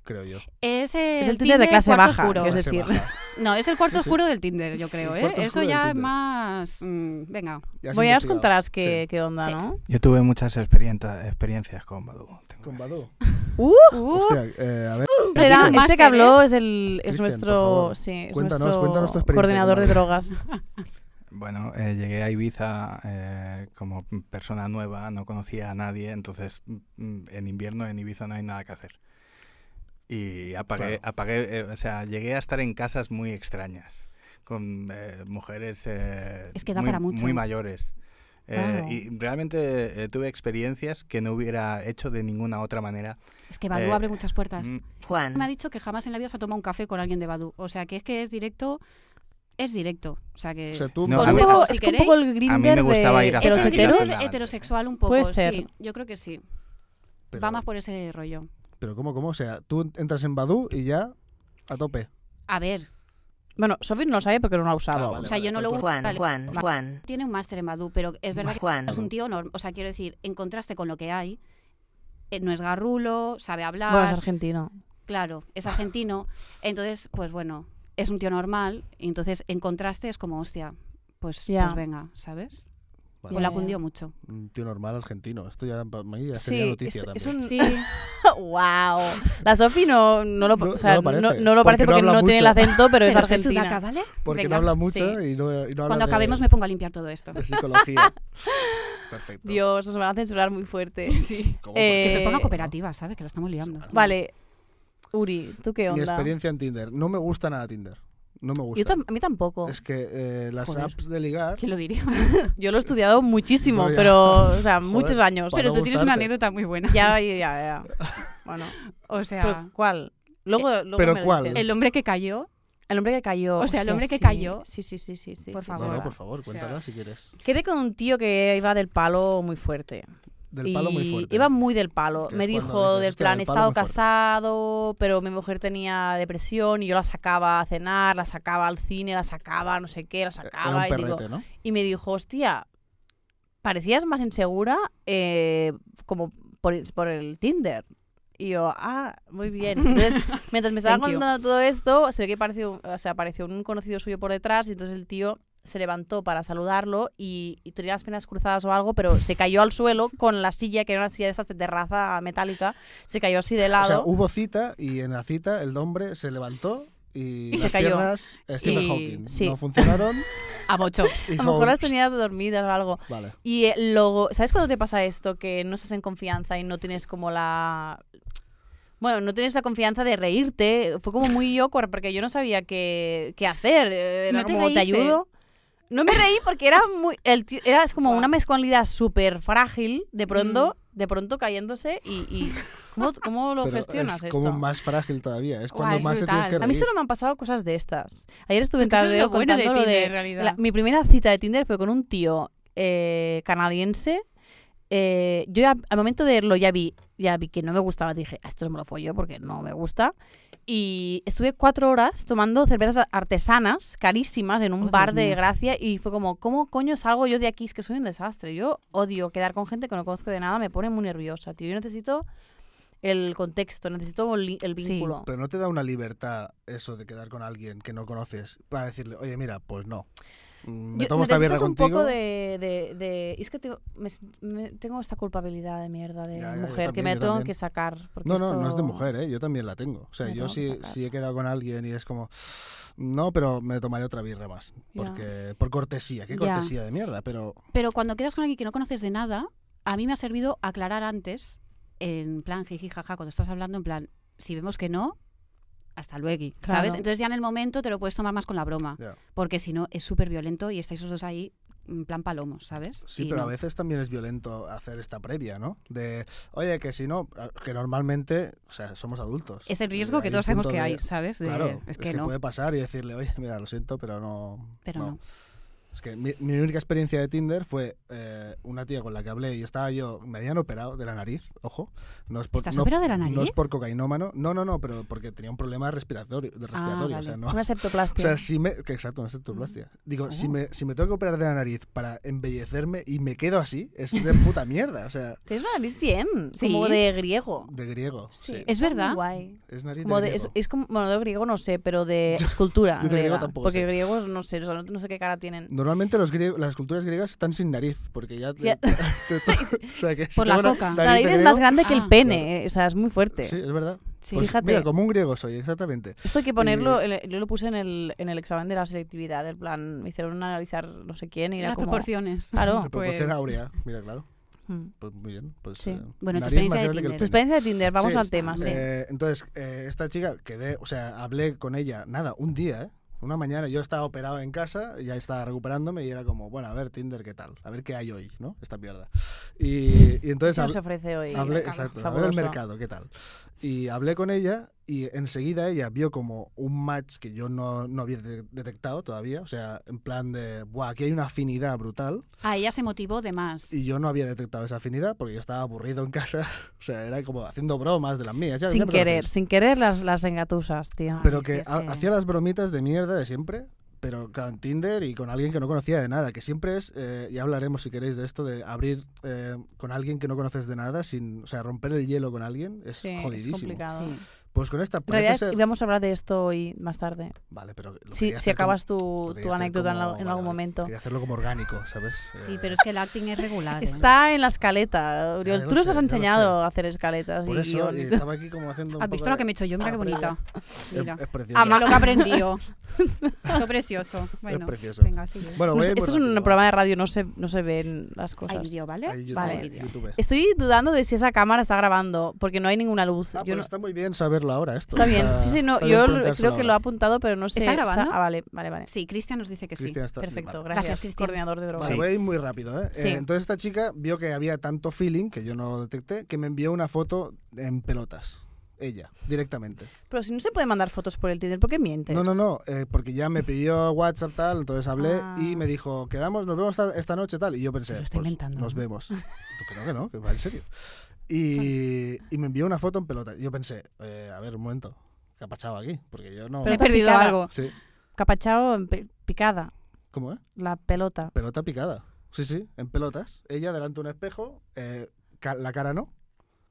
Speaker 3: creo yo.
Speaker 2: Es el,
Speaker 1: Es el Tinder de clase
Speaker 2: cuarto
Speaker 1: baja,
Speaker 2: oscuro.
Speaker 1: que Es
Speaker 3: Clase
Speaker 1: decir-
Speaker 3: baja.
Speaker 2: No, es el cuarto
Speaker 3: Sí, sí.
Speaker 2: oscuro del Tinder, yo creo,
Speaker 3: El
Speaker 2: ¿eh?
Speaker 3: cuarto
Speaker 2: Eso
Speaker 3: oscuro del
Speaker 2: ya es
Speaker 3: Tinder.
Speaker 2: más... mm, venga,
Speaker 3: Ya has
Speaker 1: Bueno, ya nos
Speaker 3: investigado.
Speaker 1: contarás qué, qué onda,
Speaker 2: Sí.
Speaker 1: ¿no?
Speaker 4: Yo tuve muchas experiencia- experiencias con Badu. tengo
Speaker 3: Con
Speaker 4: que decir.
Speaker 3: Badoo.
Speaker 1: ¡Uh!
Speaker 3: Hostia, eh, a ver.
Speaker 1: Era-
Speaker 2: Cristian,
Speaker 1: este que
Speaker 2: máster,
Speaker 1: habló es, el, es
Speaker 3: Cristian, por
Speaker 1: nuestro,
Speaker 3: favor,
Speaker 1: sí, es
Speaker 3: cuéntanos-
Speaker 1: nuestro
Speaker 3: cuéntanos tu experiencia
Speaker 1: coordinador
Speaker 3: con
Speaker 1: de
Speaker 3: Badoo.
Speaker 1: drogas.
Speaker 4: Bueno, eh, llegué a Ibiza eh, como persona nueva, no conocía a nadie, entonces mm, en invierno en Ibiza no hay nada que hacer. Y apagué,
Speaker 3: Claro.
Speaker 4: apagué eh, o sea, llegué a estar en casas muy extrañas, con eh, mujeres eh,
Speaker 2: Es que da
Speaker 4: muy,
Speaker 2: para mucho.
Speaker 4: muy mayores. Eh,
Speaker 1: Wow.
Speaker 4: Y realmente eh, tuve experiencias que no hubiera hecho de ninguna otra manera.
Speaker 2: es que Badu
Speaker 4: Eh,
Speaker 2: abre muchas puertas.
Speaker 4: Mm,
Speaker 2: Me ha dicho que jamás en la vida se ha tomado un café con alguien de Badu. O sea, que es que es directo, es directo. O sea, que...
Speaker 3: O sea, tú
Speaker 4: No,
Speaker 1: Pues es
Speaker 4: a
Speaker 1: un
Speaker 4: mí-
Speaker 1: poco,
Speaker 2: si
Speaker 1: es que un poco el
Speaker 2: queréis,
Speaker 1: grinder
Speaker 4: a mí me gustaba
Speaker 1: de
Speaker 4: ir a
Speaker 2: Es
Speaker 1: los
Speaker 2: el
Speaker 4: hacer
Speaker 1: heteros.
Speaker 2: Tinder
Speaker 4: heteros?
Speaker 2: heterosexual un poco,
Speaker 1: Puede ser.
Speaker 2: sí. Yo creo que sí.
Speaker 3: pero,
Speaker 2: Va más por ese rollo.
Speaker 3: pero ¿cómo, cómo? O sea, tú entras en Badoo y ya a tope.
Speaker 2: A ver,
Speaker 1: Bueno, Sofi no lo sabe porque no lo ha usado.
Speaker 3: Ah, vale.
Speaker 2: o sea, yo no lo uso.
Speaker 5: Juan,
Speaker 2: Vale.
Speaker 5: Juan, Juan,
Speaker 2: Tiene un máster en Badu, pero es verdad
Speaker 5: Juan,
Speaker 2: que es un tío normal. O sea, quiero decir, en contraste con lo que hay, eh, no es garrulo, sabe hablar,
Speaker 1: Bueno, es argentino.
Speaker 2: claro, es argentino. Entonces, pues bueno, es un tío normal. y entonces, en contraste, es como, hostia, pues,
Speaker 1: Ya.
Speaker 2: pues venga, ¿sabes?
Speaker 3: Vale.
Speaker 2: O la
Speaker 1: Ya,
Speaker 2: cundió mucho.
Speaker 3: Un tío normal argentino. Esto ya para mí ya sería noticia
Speaker 1: es,
Speaker 3: también.
Speaker 1: es un...
Speaker 2: Sí,
Speaker 1: ¡Wow! La Sofi no, no, lo,
Speaker 3: No-
Speaker 1: o sea,
Speaker 3: no lo
Speaker 1: no- no lo parece.
Speaker 3: parece, porque
Speaker 1: porque,
Speaker 3: no
Speaker 1: no,
Speaker 3: habla
Speaker 1: tiene el
Speaker 3: mucho.
Speaker 1: acento, pero es
Speaker 2: Pero soy
Speaker 1: argentina.
Speaker 2: sudaca, ¿vale?
Speaker 3: Porque
Speaker 2: Venga,
Speaker 3: no habla
Speaker 2: sí.
Speaker 3: mucho y no, y no habla
Speaker 2: Cuando
Speaker 3: de-
Speaker 2: acabemos me pongo a limpiar todo esto.
Speaker 3: de psicología. Perfecto.
Speaker 1: Dios, nos van a censurar muy fuerte.
Speaker 2: Sí.
Speaker 3: ¿Cómo?
Speaker 1: Eh,
Speaker 2: Que esto es para una
Speaker 1: Eh,
Speaker 2: cooperativa, ¿sabes? Que la estamos liando.
Speaker 1: Vale, Uri, ¿tú qué
Speaker 3: Mi
Speaker 1: onda?
Speaker 3: experiencia en Tinder. No me gusta nada Tinder. No me gusta.
Speaker 1: Yo tam- a mí tampoco.
Speaker 3: Es que eh, las
Speaker 2: Joder.
Speaker 3: apps de ligar.
Speaker 2: ¿Quién lo diría?
Speaker 1: Yo lo he estudiado muchísimo,
Speaker 3: No, ya.
Speaker 1: pero, o sea, muchos años.
Speaker 3: Para
Speaker 2: Pero tú tienes una
Speaker 3: gustarte.
Speaker 2: anécdota muy buena.
Speaker 1: Ya, ya, ya. Bueno,
Speaker 2: O
Speaker 1: pero
Speaker 2: sea,
Speaker 1: ¿cuál? Luego, luego
Speaker 3: eh, ¿pero
Speaker 1: me
Speaker 3: cuál?
Speaker 1: dices. El,
Speaker 2: el hombre que cayó.
Speaker 1: hombre que cayó.
Speaker 2: O sea, el
Speaker 1: Hostia,
Speaker 2: hombre que
Speaker 1: sí.
Speaker 2: cayó.
Speaker 1: Sí, sí, sí, sí. sí
Speaker 2: Por
Speaker 1: sí,
Speaker 2: favor.
Speaker 1: sí,
Speaker 3: No, no,
Speaker 1: verdad.
Speaker 3: por favor, cuéntala si quieres.
Speaker 1: Quedé con un tío que iba del palo muy fuerte.
Speaker 3: Del palo muy
Speaker 1: Y
Speaker 3: fuerte.
Speaker 1: Iba muy del palo.
Speaker 3: Que
Speaker 1: Me
Speaker 3: es cuando
Speaker 1: dijo
Speaker 3: dices,
Speaker 1: del
Speaker 3: "Hostia,
Speaker 1: plan,
Speaker 3: del
Speaker 1: he
Speaker 3: palo
Speaker 1: estado
Speaker 3: muy fuerte".
Speaker 1: casado, pero mi mujer tenía depresión y yo la sacaba a cenar, la sacaba al cine, la sacaba a no sé qué, la
Speaker 3: Eh, Era un
Speaker 1: sacaba. Y, eh, digo-
Speaker 3: perrete, ¿no?
Speaker 1: y me dijo, hostia, parecías más insegura eh, como por, por el Tinder. Y yo, ah, muy bien. Entonces, mientras me estaba
Speaker 2: Thank you.
Speaker 1: contando todo esto, se ve que apareció, o sea, apareció un conocido suyo por detrás y entonces el tío se levantó para saludarlo y, y tenía las piernas cruzadas o algo, pero se cayó al suelo con la silla, que era una silla de esas de terraza metálica, se cayó así de lado.
Speaker 3: O sea, hubo cita y en la cita el hombre se levantó y,
Speaker 1: Y se
Speaker 3: las
Speaker 1: cayó.
Speaker 3: piernas eh, Stephen
Speaker 1: Sí,
Speaker 3: Hawking
Speaker 1: sí.
Speaker 3: no funcionaron.
Speaker 2: A bocho.
Speaker 3: y
Speaker 1: a lo
Speaker 3: dijo,
Speaker 1: mejor las
Speaker 3: "Psst,
Speaker 1: tenía dormidas o algo.
Speaker 3: Vale.
Speaker 1: Y eh, luego, ¿sabes cuando te pasa esto? Que no estás en confianza y no tienes como la... Bueno, no tienes la confianza de reírte. Fue como muy awkward porque yo no sabía qué, qué hacer. Eh, Era
Speaker 2: ¿No te
Speaker 1: como, ¿te
Speaker 2: reíste?
Speaker 1: ayudo? No me reí porque era muy... El tío- era es como
Speaker 2: Guau.
Speaker 1: una mezcalidad súper frágil, de pronto,
Speaker 2: Mm.
Speaker 1: de pronto cayéndose y... y- ¿cómo, cómo lo
Speaker 3: Pero
Speaker 1: gestionas
Speaker 3: es
Speaker 1: esto?
Speaker 3: como más frágil todavía. Es
Speaker 2: Guau,
Speaker 3: cuando
Speaker 2: es
Speaker 3: más te tienes
Speaker 2: brutal.
Speaker 3: que reír.
Speaker 1: A mí solo me han pasado cosas de estas. Ayer estuve en
Speaker 2: Creo que eso es
Speaker 1: Tardeo
Speaker 2: lo bueno de
Speaker 1: contando lo de...
Speaker 2: Tinder, en realidad.
Speaker 1: la- mi primera cita de Tinder fue con un tío eh, canadiense. Eh, yo ya- al momento de verlo ya vi, ya vi que no me gustaba. Dije, "Ah, esto me lo follo porque no me gusta. Y estuve cuatro horas tomando cervezas artesanas carísimas en un
Speaker 2: Oh,
Speaker 1: bar
Speaker 2: Dios
Speaker 1: de
Speaker 2: mío.
Speaker 1: gracia y fue como, ¿cómo coño salgo yo de aquí? Es que soy un desastre. Yo odio quedar con gente que no conozco de nada, me pone muy nerviosa, tío. Yo necesito el contexto, necesito el li- el
Speaker 2: Sí.
Speaker 1: vínculo.
Speaker 3: Pero no te da una libertad eso de quedar con alguien que no conoces para decirle, oye, mira, pues no. Mm, Me
Speaker 1: Yo-
Speaker 3: tomo esta birra
Speaker 1: necesitas un
Speaker 3: contigo.
Speaker 1: poco de, de- de- y Es que tengo, me s- me- tengo esta culpabilidad de mierda de
Speaker 3: Ya, ya, yo
Speaker 1: mujer que
Speaker 3: también,
Speaker 1: me
Speaker 3: yo
Speaker 1: tengo
Speaker 3: también.
Speaker 1: que sacar. porque
Speaker 3: No, no, no
Speaker 1: esto-
Speaker 3: es de mujer, ¿eh? Yo también la tengo. O sea,
Speaker 1: Me
Speaker 3: yo
Speaker 1: tengo que
Speaker 3: si,
Speaker 1: sacar.
Speaker 3: si he quedado con alguien y es como, no, pero me tomaré otra birra más.
Speaker 1: Ya.
Speaker 3: Porque, por cortesía, qué
Speaker 2: Ya.
Speaker 3: cortesía de mierda, pero
Speaker 2: Pero cuando quedas con alguien que no conoces de nada, a mí me ha servido aclarar antes, en plan jiji jaja, cuando estás hablando, en plan, si vemos que no, hasta luego, ¿sabes?
Speaker 1: Claro.
Speaker 2: Entonces ya en el momento te lo puedes tomar más con la broma,
Speaker 3: ya.
Speaker 2: porque si no es súper violento y estáis los dos ahí en plan palomos, ¿sabes?
Speaker 3: Sí,
Speaker 2: Y
Speaker 3: pero a
Speaker 2: no.
Speaker 3: veces también es violento hacer esta previa, ¿no? De, oye, que si no, a- que normalmente, o sea, somos adultos.
Speaker 2: Es el
Speaker 3: Y
Speaker 2: riesgo que
Speaker 3: eh, un
Speaker 2: todos sabemos
Speaker 3: punto
Speaker 2: que
Speaker 3: de-
Speaker 2: hay, ¿sabes? De-
Speaker 3: Claro,
Speaker 2: es que, no.
Speaker 3: puede pasar y decirle, oye, mira, lo siento, pero no.
Speaker 2: Pero no.
Speaker 3: Es que mi, mi única experiencia de Tinder fue eh, una tía con la que hablé y estaba yo, me habían operado de la nariz, ojo. No es por,
Speaker 2: ¿Estás
Speaker 3: no-
Speaker 2: operado de la
Speaker 3: No es
Speaker 2: nariz?
Speaker 3: por cocainómano, no, no, no, pero porque tenía un problema respiratorio, de respiratorio o sea,
Speaker 2: Ah, vale. Mm.
Speaker 3: no.
Speaker 1: Una
Speaker 3: O
Speaker 1: septoplastia.
Speaker 3: sea, si me. que exacto, una septoplastia. Digo,
Speaker 2: Oh.
Speaker 3: si, me, si me tengo que operar de la nariz para embellecerme y me quedo así, es de puta mierda. O sea,
Speaker 1: Tienes una nariz bien,
Speaker 2: Sí.
Speaker 1: como de griego.
Speaker 3: de griego.
Speaker 1: Sí,
Speaker 3: Sí.
Speaker 2: Es
Speaker 1: está muy
Speaker 2: verdad.
Speaker 1: guay.
Speaker 3: Es nariz
Speaker 1: Como
Speaker 3: de
Speaker 1: de- es,
Speaker 3: griego.
Speaker 1: es como, bueno, de griego no sé, pero de escultura.
Speaker 3: Yo de griego
Speaker 1: griega,
Speaker 3: tampoco
Speaker 1: porque
Speaker 3: sé.
Speaker 1: griegos no sé, o sea, no, no sé qué cara tienen.
Speaker 3: Normalmente los griegos, las culturas griegas están sin nariz, porque ya... te-
Speaker 1: Ya.
Speaker 3: te- te- o sea, que
Speaker 2: Por
Speaker 3: si
Speaker 2: la
Speaker 3: tengo una
Speaker 2: coca.
Speaker 1: La nariz
Speaker 3: de
Speaker 1: es
Speaker 3: griego-
Speaker 1: más grande que el
Speaker 2: Ah.
Speaker 1: pene, eh, o sea, es muy fuerte.
Speaker 3: Sí, es verdad.
Speaker 2: Sí.
Speaker 3: Pues
Speaker 1: Fíjate.
Speaker 3: Mira, como un griego soy, exactamente.
Speaker 1: Esto hay que ponerlo, en el- yo lo puse en el, en el examen de la selectividad, del plan, me hicieron analizar no sé quién y era
Speaker 2: Las
Speaker 1: como...
Speaker 2: proporciones.
Speaker 1: Claro.
Speaker 3: Me
Speaker 2: Pues-
Speaker 3: proporciona áurea. Mira, claro.
Speaker 1: Mm.
Speaker 3: Pues muy bien. Pues,
Speaker 1: Sí.
Speaker 3: eh,
Speaker 2: Bueno, tu
Speaker 3: nariz más
Speaker 2: experiencia de
Speaker 3: grande que
Speaker 2: Tinder.
Speaker 3: el
Speaker 1: Tu
Speaker 3: pene.
Speaker 1: experiencia de Tinder, vamos
Speaker 3: Sí.
Speaker 1: al tema, sí.
Speaker 3: Eh, entonces, eh, esta chica quedé, o sea, hablé con ella, nada, un día, ¿eh? Una mañana yo estaba operado en casa, ya estaba recuperándome y era como, bueno, a ver Tinder, ¿qué tal? A ver qué hay hoy, ¿no? Esta mierda. Y, y entonces
Speaker 1: ¿Qué
Speaker 3: hab-
Speaker 1: nos ofrece hoy?
Speaker 3: hablé,
Speaker 1: mercado?
Speaker 3: exacto, a ver el
Speaker 1: Fabuloso.
Speaker 3: mercado, ¿qué tal? Y hablé con ella y enseguida ella vio como un match que yo no, no había de- detectado todavía, o sea, en plan de, buah, aquí hay una afinidad brutal
Speaker 2: A ella se motivó de más.
Speaker 3: y yo no había detectado esa afinidad porque yo estaba aburrido en casa, o sea, era como haciendo bromas de las mías. ya,
Speaker 1: Sin
Speaker 3: siempre lo
Speaker 1: querer,
Speaker 3: hacéis.
Speaker 1: sin querer las, las engatusas, tío.
Speaker 3: Pero
Speaker 2: Ay,
Speaker 3: que,
Speaker 2: sí, es
Speaker 3: ha-
Speaker 2: que-
Speaker 3: hacía las bromitas de mierda de siempre, pero claro, en Tinder y con alguien que no conocía de nada, que siempre es, eh, ya hablaremos si queréis de esto, de abrir eh, con alguien que no conoces de nada, sin, o sea, romper el hielo con alguien, es
Speaker 1: Sí, es
Speaker 3: jodidísimo.
Speaker 1: complicado.
Speaker 2: Sí.
Speaker 3: pues con esta
Speaker 1: En
Speaker 3: parece
Speaker 1: realidad,
Speaker 3: ser-
Speaker 1: y vamos a hablar de esto hoy más tarde.
Speaker 3: Vale, pero lo
Speaker 1: Si,
Speaker 3: quería
Speaker 1: si
Speaker 3: hacer como-
Speaker 1: acabas
Speaker 3: lo
Speaker 1: tu,
Speaker 3: quería
Speaker 1: tu
Speaker 3: hacer
Speaker 1: anécdota en,
Speaker 3: como-
Speaker 1: la- en
Speaker 3: vale,
Speaker 1: algún
Speaker 3: vale,
Speaker 1: momento.
Speaker 3: Quería hacerlo como orgánico, ¿sabes?
Speaker 2: Sí,
Speaker 3: Eh,
Speaker 2: pero es que el acting es regular. ¿eh?
Speaker 1: Está en la escaleta. Oriol,
Speaker 3: ya lo
Speaker 1: tú nos
Speaker 3: sé,
Speaker 1: has
Speaker 3: ya lo
Speaker 1: enseñado a hacer escaletas
Speaker 3: Por
Speaker 1: y
Speaker 3: eso eh,
Speaker 1: guiones.
Speaker 3: estaba aquí como haciendo un
Speaker 2: ¿Has
Speaker 3: poco
Speaker 2: visto lo
Speaker 3: de-
Speaker 2: que me he hecho yo? Mira qué bonita.
Speaker 3: Es-
Speaker 2: Mira.
Speaker 3: Es, precioso.
Speaker 1: Ah,
Speaker 2: Mira
Speaker 1: Mac-
Speaker 2: lo que aprendió. Esto precioso. Bueno,
Speaker 3: precioso.
Speaker 2: venga, sigue.
Speaker 3: Bueno,
Speaker 1: No
Speaker 3: voy
Speaker 1: sé,
Speaker 3: a ir
Speaker 1: pues esto
Speaker 3: muy
Speaker 1: es un
Speaker 3: rápido,
Speaker 1: programa de radio, no se, no se ven las
Speaker 2: Hay
Speaker 1: cosas.
Speaker 2: vídeo, ¿vale?
Speaker 3: va. Ahí,
Speaker 2: Vale,
Speaker 1: Vale.
Speaker 3: YouTube,
Speaker 2: vídeo.
Speaker 3: YouTube.
Speaker 1: Estoy dudando de si esa cámara está grabando, porque no hay ninguna luz.
Speaker 3: Ah,
Speaker 1: Yo
Speaker 3: pero
Speaker 1: no-
Speaker 3: está muy bien saberlo ahora esto.
Speaker 1: Está
Speaker 3: o sea,
Speaker 1: bien, sí, sí, no,
Speaker 3: está bien
Speaker 1: yo lo-
Speaker 3: planteárselo
Speaker 1: creo que
Speaker 3: ahora.
Speaker 1: lo ha apuntado, pero no sé.
Speaker 2: ¿Está
Speaker 1: o sea,
Speaker 2: grabando?
Speaker 1: ah, vale, vale, vale.
Speaker 2: Sí, Cristian nos dice que sí.
Speaker 3: Cristian está-
Speaker 1: Perfecto,
Speaker 3: vale.
Speaker 1: gracias.
Speaker 2: Gracias, Cristina.
Speaker 1: coordinador de drogas.
Speaker 3: Vale, voy a ir muy rápido, ¿eh?
Speaker 1: Sí.
Speaker 3: Eh, Entonces esta chica vio que había tanto feeling, que yo no detecté, que me envió una foto en pelotas. Ella, directamente.
Speaker 1: Pero si no se puede mandar fotos por el Tinder, ¿por qué mientes?
Speaker 3: No, no, no, eh, porque ya me pidió WhatsApp tal, entonces hablé
Speaker 1: Ah.
Speaker 3: y me dijo, quedamos, nos vemos esta, esta noche tal. Y yo pensé,
Speaker 2: Se lo está
Speaker 3: pues,
Speaker 2: inventando,
Speaker 3: nos
Speaker 2: ¿no?
Speaker 3: vemos. Yo creo que no, que va en serio. Y, y me envió una foto en pelotas. Yo pensé, eh, a ver, un momento, ¿qué ha pasado aquí? Porque yo no...
Speaker 2: Me he
Speaker 1: Pelota
Speaker 2: perdido
Speaker 1: picada.
Speaker 2: algo.
Speaker 3: Sí,
Speaker 1: Capachao en pe- picada,
Speaker 3: ¿cómo es?
Speaker 1: la pelota.
Speaker 3: Pelota picada. O Sí, sí, en pelotas. Ella delante de un espejo, eh, ca- la cara no.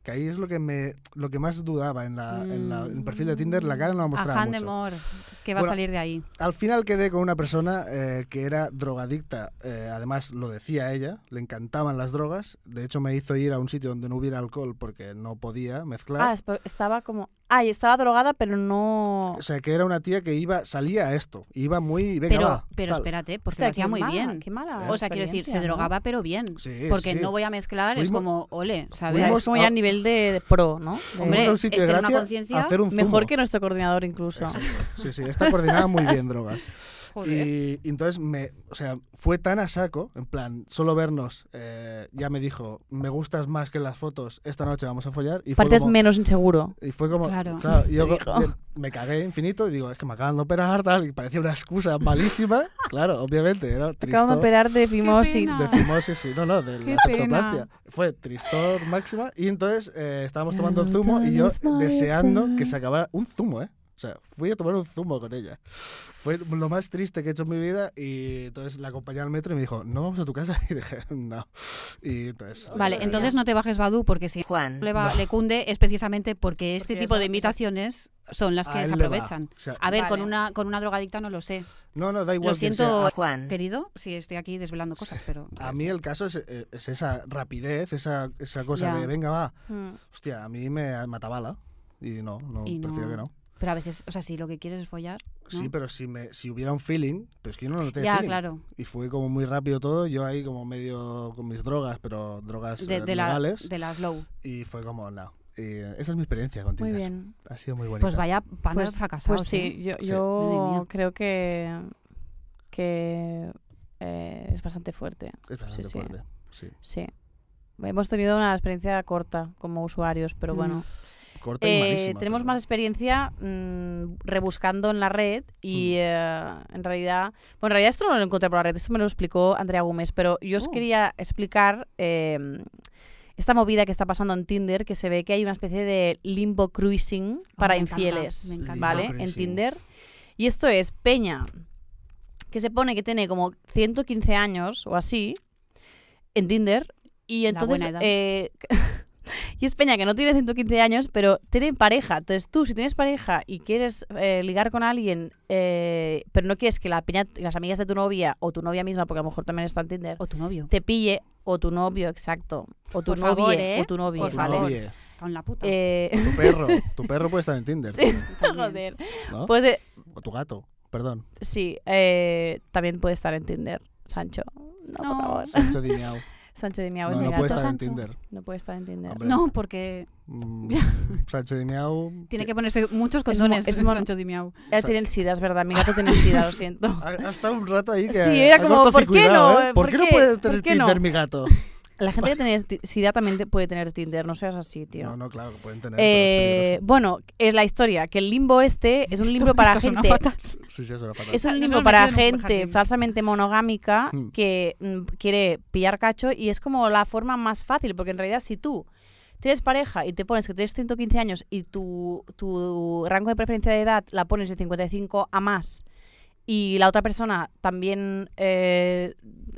Speaker 3: Que ahí es lo que me lo que más dudaba en, la, en la- en el perfil de Tinder, la cara no la mostraba
Speaker 2: Ajá, de
Speaker 3: mucho.
Speaker 2: Moore, que va
Speaker 3: Bueno,
Speaker 2: a salir de ahí.
Speaker 3: Al final quedé con una persona eh, que era drogadicta, eh, además lo decía ella, le encantaban las drogas, de hecho me hizo ir a un sitio donde no hubiera alcohol porque no podía mezclar.
Speaker 1: Ah, esp- estaba como. Ay, estaba drogada, pero no.
Speaker 3: O sea, que era una tía que iba, salía a esto, iba muy... Venga,
Speaker 2: pero
Speaker 3: va,
Speaker 2: pero
Speaker 3: tal.
Speaker 2: espérate,
Speaker 1: Hostia,
Speaker 2: porque lo hacía
Speaker 1: qué
Speaker 2: muy
Speaker 1: mala,
Speaker 2: bien.
Speaker 1: Qué mala.
Speaker 2: O sea, quiero decir, se
Speaker 1: experiencia, ¿no?
Speaker 2: drogaba pero bien.
Speaker 3: Sí, sí,
Speaker 2: porque
Speaker 3: sí.
Speaker 2: no voy a mezclar, es
Speaker 3: Fuimos-
Speaker 2: como, ole, ¿sabes?
Speaker 1: O sea,
Speaker 3: fuimos-
Speaker 1: es como ya
Speaker 3: a-
Speaker 1: a nivel de, de pro, ¿no? De-
Speaker 2: Hombre,
Speaker 3: Fuimos a un sitio de
Speaker 2: este era una
Speaker 3: gracia a
Speaker 2: conciencia
Speaker 3: hacer un zumo.
Speaker 1: mejor que nuestro coordinador incluso.
Speaker 3: Exacto. Sí, sí, está coordinada muy bien drogas.
Speaker 2: Joder.
Speaker 3: Y, y entonces me, o sea, fue tan a saco, en plan, solo vernos, eh, ya me dijo, me gustas más que en las fotos, esta noche vamos a follar. Y fue
Speaker 1: Aparte es
Speaker 3: como,
Speaker 1: menos inseguro.
Speaker 3: y fue como
Speaker 2: Claro.
Speaker 3: claro, y yo
Speaker 1: Te
Speaker 3: co-
Speaker 1: dijo.
Speaker 3: me cagué infinito y digo, es que me acaban de operar, tal, y parecía una excusa malísima. claro, obviamente, era
Speaker 1: Acaban de
Speaker 3: tristón.
Speaker 1: operar de fimosis.
Speaker 2: pena.
Speaker 3: De fimosis, sí, no, no, de
Speaker 2: Qué
Speaker 3: la
Speaker 2: pena.
Speaker 3: septoplastia. Fue tristor máxima. Y entonces eh, estábamos tomando el zumo y yo deseando que se acabara un zumo, ¿eh? O sea, fui a tomar un zumo con ella. Fue lo más triste que he hecho en mi vida. Y entonces la acompañé al metro y me dijo, ¿no vamos a tu casa? Y dije, no. Y entonces.
Speaker 2: Vale, entonces no te bajes Badu porque si
Speaker 5: Juan,
Speaker 2: le, va- le cunde es precisamente porque este
Speaker 1: Porque
Speaker 2: tipo
Speaker 1: esa-
Speaker 2: de invitaciones son las
Speaker 3: a
Speaker 2: que
Speaker 3: él
Speaker 2: se
Speaker 3: le va.
Speaker 2: aprovechan.
Speaker 3: O sea,
Speaker 2: A ver, con
Speaker 1: Vale.
Speaker 2: una con una drogadicta no lo sé,
Speaker 3: no, no, da igual. quién
Speaker 2: siento,
Speaker 3: sea.
Speaker 5: Juan,
Speaker 2: querido, si estoy aquí desvelando cosas, pero
Speaker 3: A, a mí el caso es, eh, es esa rapidez, esa, esa cosa
Speaker 2: Ya.
Speaker 3: de, venga, va.
Speaker 1: Mm.
Speaker 3: Hostia, a mí me mataba la. Y no, no,
Speaker 2: Y no.
Speaker 3: prefiero que no.
Speaker 2: pero a veces, o sea, si lo que quieres es follar,
Speaker 3: Sí,
Speaker 2: ¿no?
Speaker 3: pero si, me, si hubiera un feeling, pero es que yo no noté
Speaker 2: ya,
Speaker 3: feeling.
Speaker 2: claro,
Speaker 3: Y fue como muy rápido todo, yo ahí como medio con mis drogas, pero drogas
Speaker 2: de,
Speaker 3: eh,
Speaker 2: de la,
Speaker 3: legales,
Speaker 2: de las low.
Speaker 3: y fue como, no. Y eh, esa es mi experiencia con
Speaker 1: Muy
Speaker 3: Tinder.
Speaker 1: bien.
Speaker 3: Ha sido muy bonita.
Speaker 2: Pues vaya, van
Speaker 1: Pues,
Speaker 2: fracasados.
Speaker 1: pues sí,
Speaker 2: ¿eh?
Speaker 1: yo,
Speaker 3: Sí.
Speaker 1: yo
Speaker 2: Madre mía.
Speaker 1: creo que, que eh, es bastante fuerte.
Speaker 3: Es bastante
Speaker 1: sí.
Speaker 3: fuerte. Sí.
Speaker 1: Sí. Hemos tenido una experiencia corta como usuarios, pero bueno.
Speaker 3: Corta
Speaker 1: Eh,
Speaker 3: y malísima.
Speaker 1: tenemos
Speaker 3: pero-
Speaker 1: más experiencia mm, rebuscando en la red y
Speaker 3: Mm.
Speaker 1: eh, en realidad... Bueno, en realidad esto no lo encontré por la red, esto me lo explicó Andrea Gómez, pero yo os
Speaker 2: Oh.
Speaker 1: quería explicar eh, esta movida que está pasando en Tinder, que se ve que hay una especie de limbo cruising para
Speaker 2: me encanta,
Speaker 1: infieles,
Speaker 2: me encanta.
Speaker 1: ¿vale?
Speaker 3: Limbo
Speaker 1: En
Speaker 3: cruising.
Speaker 1: Tinder. Y esto es Peña, que se pone que tiene como 115 años o así en Tinder. Y
Speaker 2: La
Speaker 1: entonces...
Speaker 2: buena edad.
Speaker 1: eh, y es Peña que no tiene 115 años, pero tiene pareja. Entonces tú, si tienes pareja y quieres eh, ligar con alguien, eh, pero no quieres que la peña, las amigas de tu novia o tu novia misma, porque a lo mejor también está en Tinder,
Speaker 2: O tu novio,
Speaker 1: te pille, o tu novio, exacto, o tu
Speaker 2: Por
Speaker 1: novia,
Speaker 2: favor, ¿eh?
Speaker 1: o tu novia.
Speaker 2: Por
Speaker 3: Tu
Speaker 2: favor.
Speaker 3: novia,
Speaker 2: con la puta.
Speaker 1: Eh,
Speaker 3: Tu perro. Tu perro puede estar en Tinder.
Speaker 2: también.
Speaker 1: joder.
Speaker 3: ¿no?
Speaker 1: Pues eh,
Speaker 3: O tu gato. Perdón.
Speaker 1: sí, eh, también puede estar en Tinder, Sancho. No,
Speaker 2: No.
Speaker 1: por favor.
Speaker 3: Sancho de Miau.
Speaker 1: Sancho de Miau es
Speaker 3: No, no
Speaker 1: mi
Speaker 3: puede
Speaker 1: gato.
Speaker 3: estar en
Speaker 2: Sancho.
Speaker 3: Tinder.
Speaker 1: No puede estar en Tinder.
Speaker 3: Hombre.
Speaker 2: No, porque
Speaker 3: Mm, Sancho de Miau.
Speaker 2: tiene que ponerse muchos
Speaker 1: mo-
Speaker 2: condones.
Speaker 1: es mo-
Speaker 2: Sancho Di Miau.
Speaker 1: Ya tienen sida, es verdad. Mi gato tiene sida, lo siento.
Speaker 3: Ha- ha estado un rato ahí que.
Speaker 1: Sí, era
Speaker 3: ha
Speaker 1: como, ¿por qué no?
Speaker 3: cortocircuitado, ¿eh? ¿Por,
Speaker 1: ¿Por
Speaker 3: qué
Speaker 1: qué?
Speaker 3: no puede tener
Speaker 1: ¿Por qué no?
Speaker 3: Tinder mi gato?
Speaker 1: La gente que tiene ti- SIDA también te- puede tener Tinder, no seas así, tío.
Speaker 3: No, no, claro, que pueden tener. pues, pero
Speaker 1: Eh,
Speaker 3: es
Speaker 1: bueno, es la historia, que el limbo este es un
Speaker 2: Esto-
Speaker 1: limbo para
Speaker 2: esto suena
Speaker 1: gente...
Speaker 2: fatal.
Speaker 3: peligroso. Sí, sí, eso era fatal.
Speaker 1: Es un
Speaker 2: Nos
Speaker 1: limbo
Speaker 2: hemos
Speaker 1: para
Speaker 2: metido en un
Speaker 1: gente
Speaker 2: jardín.
Speaker 1: falsamente monogámica
Speaker 3: Hmm.
Speaker 1: que mm, quiere pillar cacho y es como la forma más fácil, porque en realidad si tú tienes pareja y te pones que tienes 115 años y tu, tu rango de preferencia de edad la pones de 55 a más y la otra persona también, eh,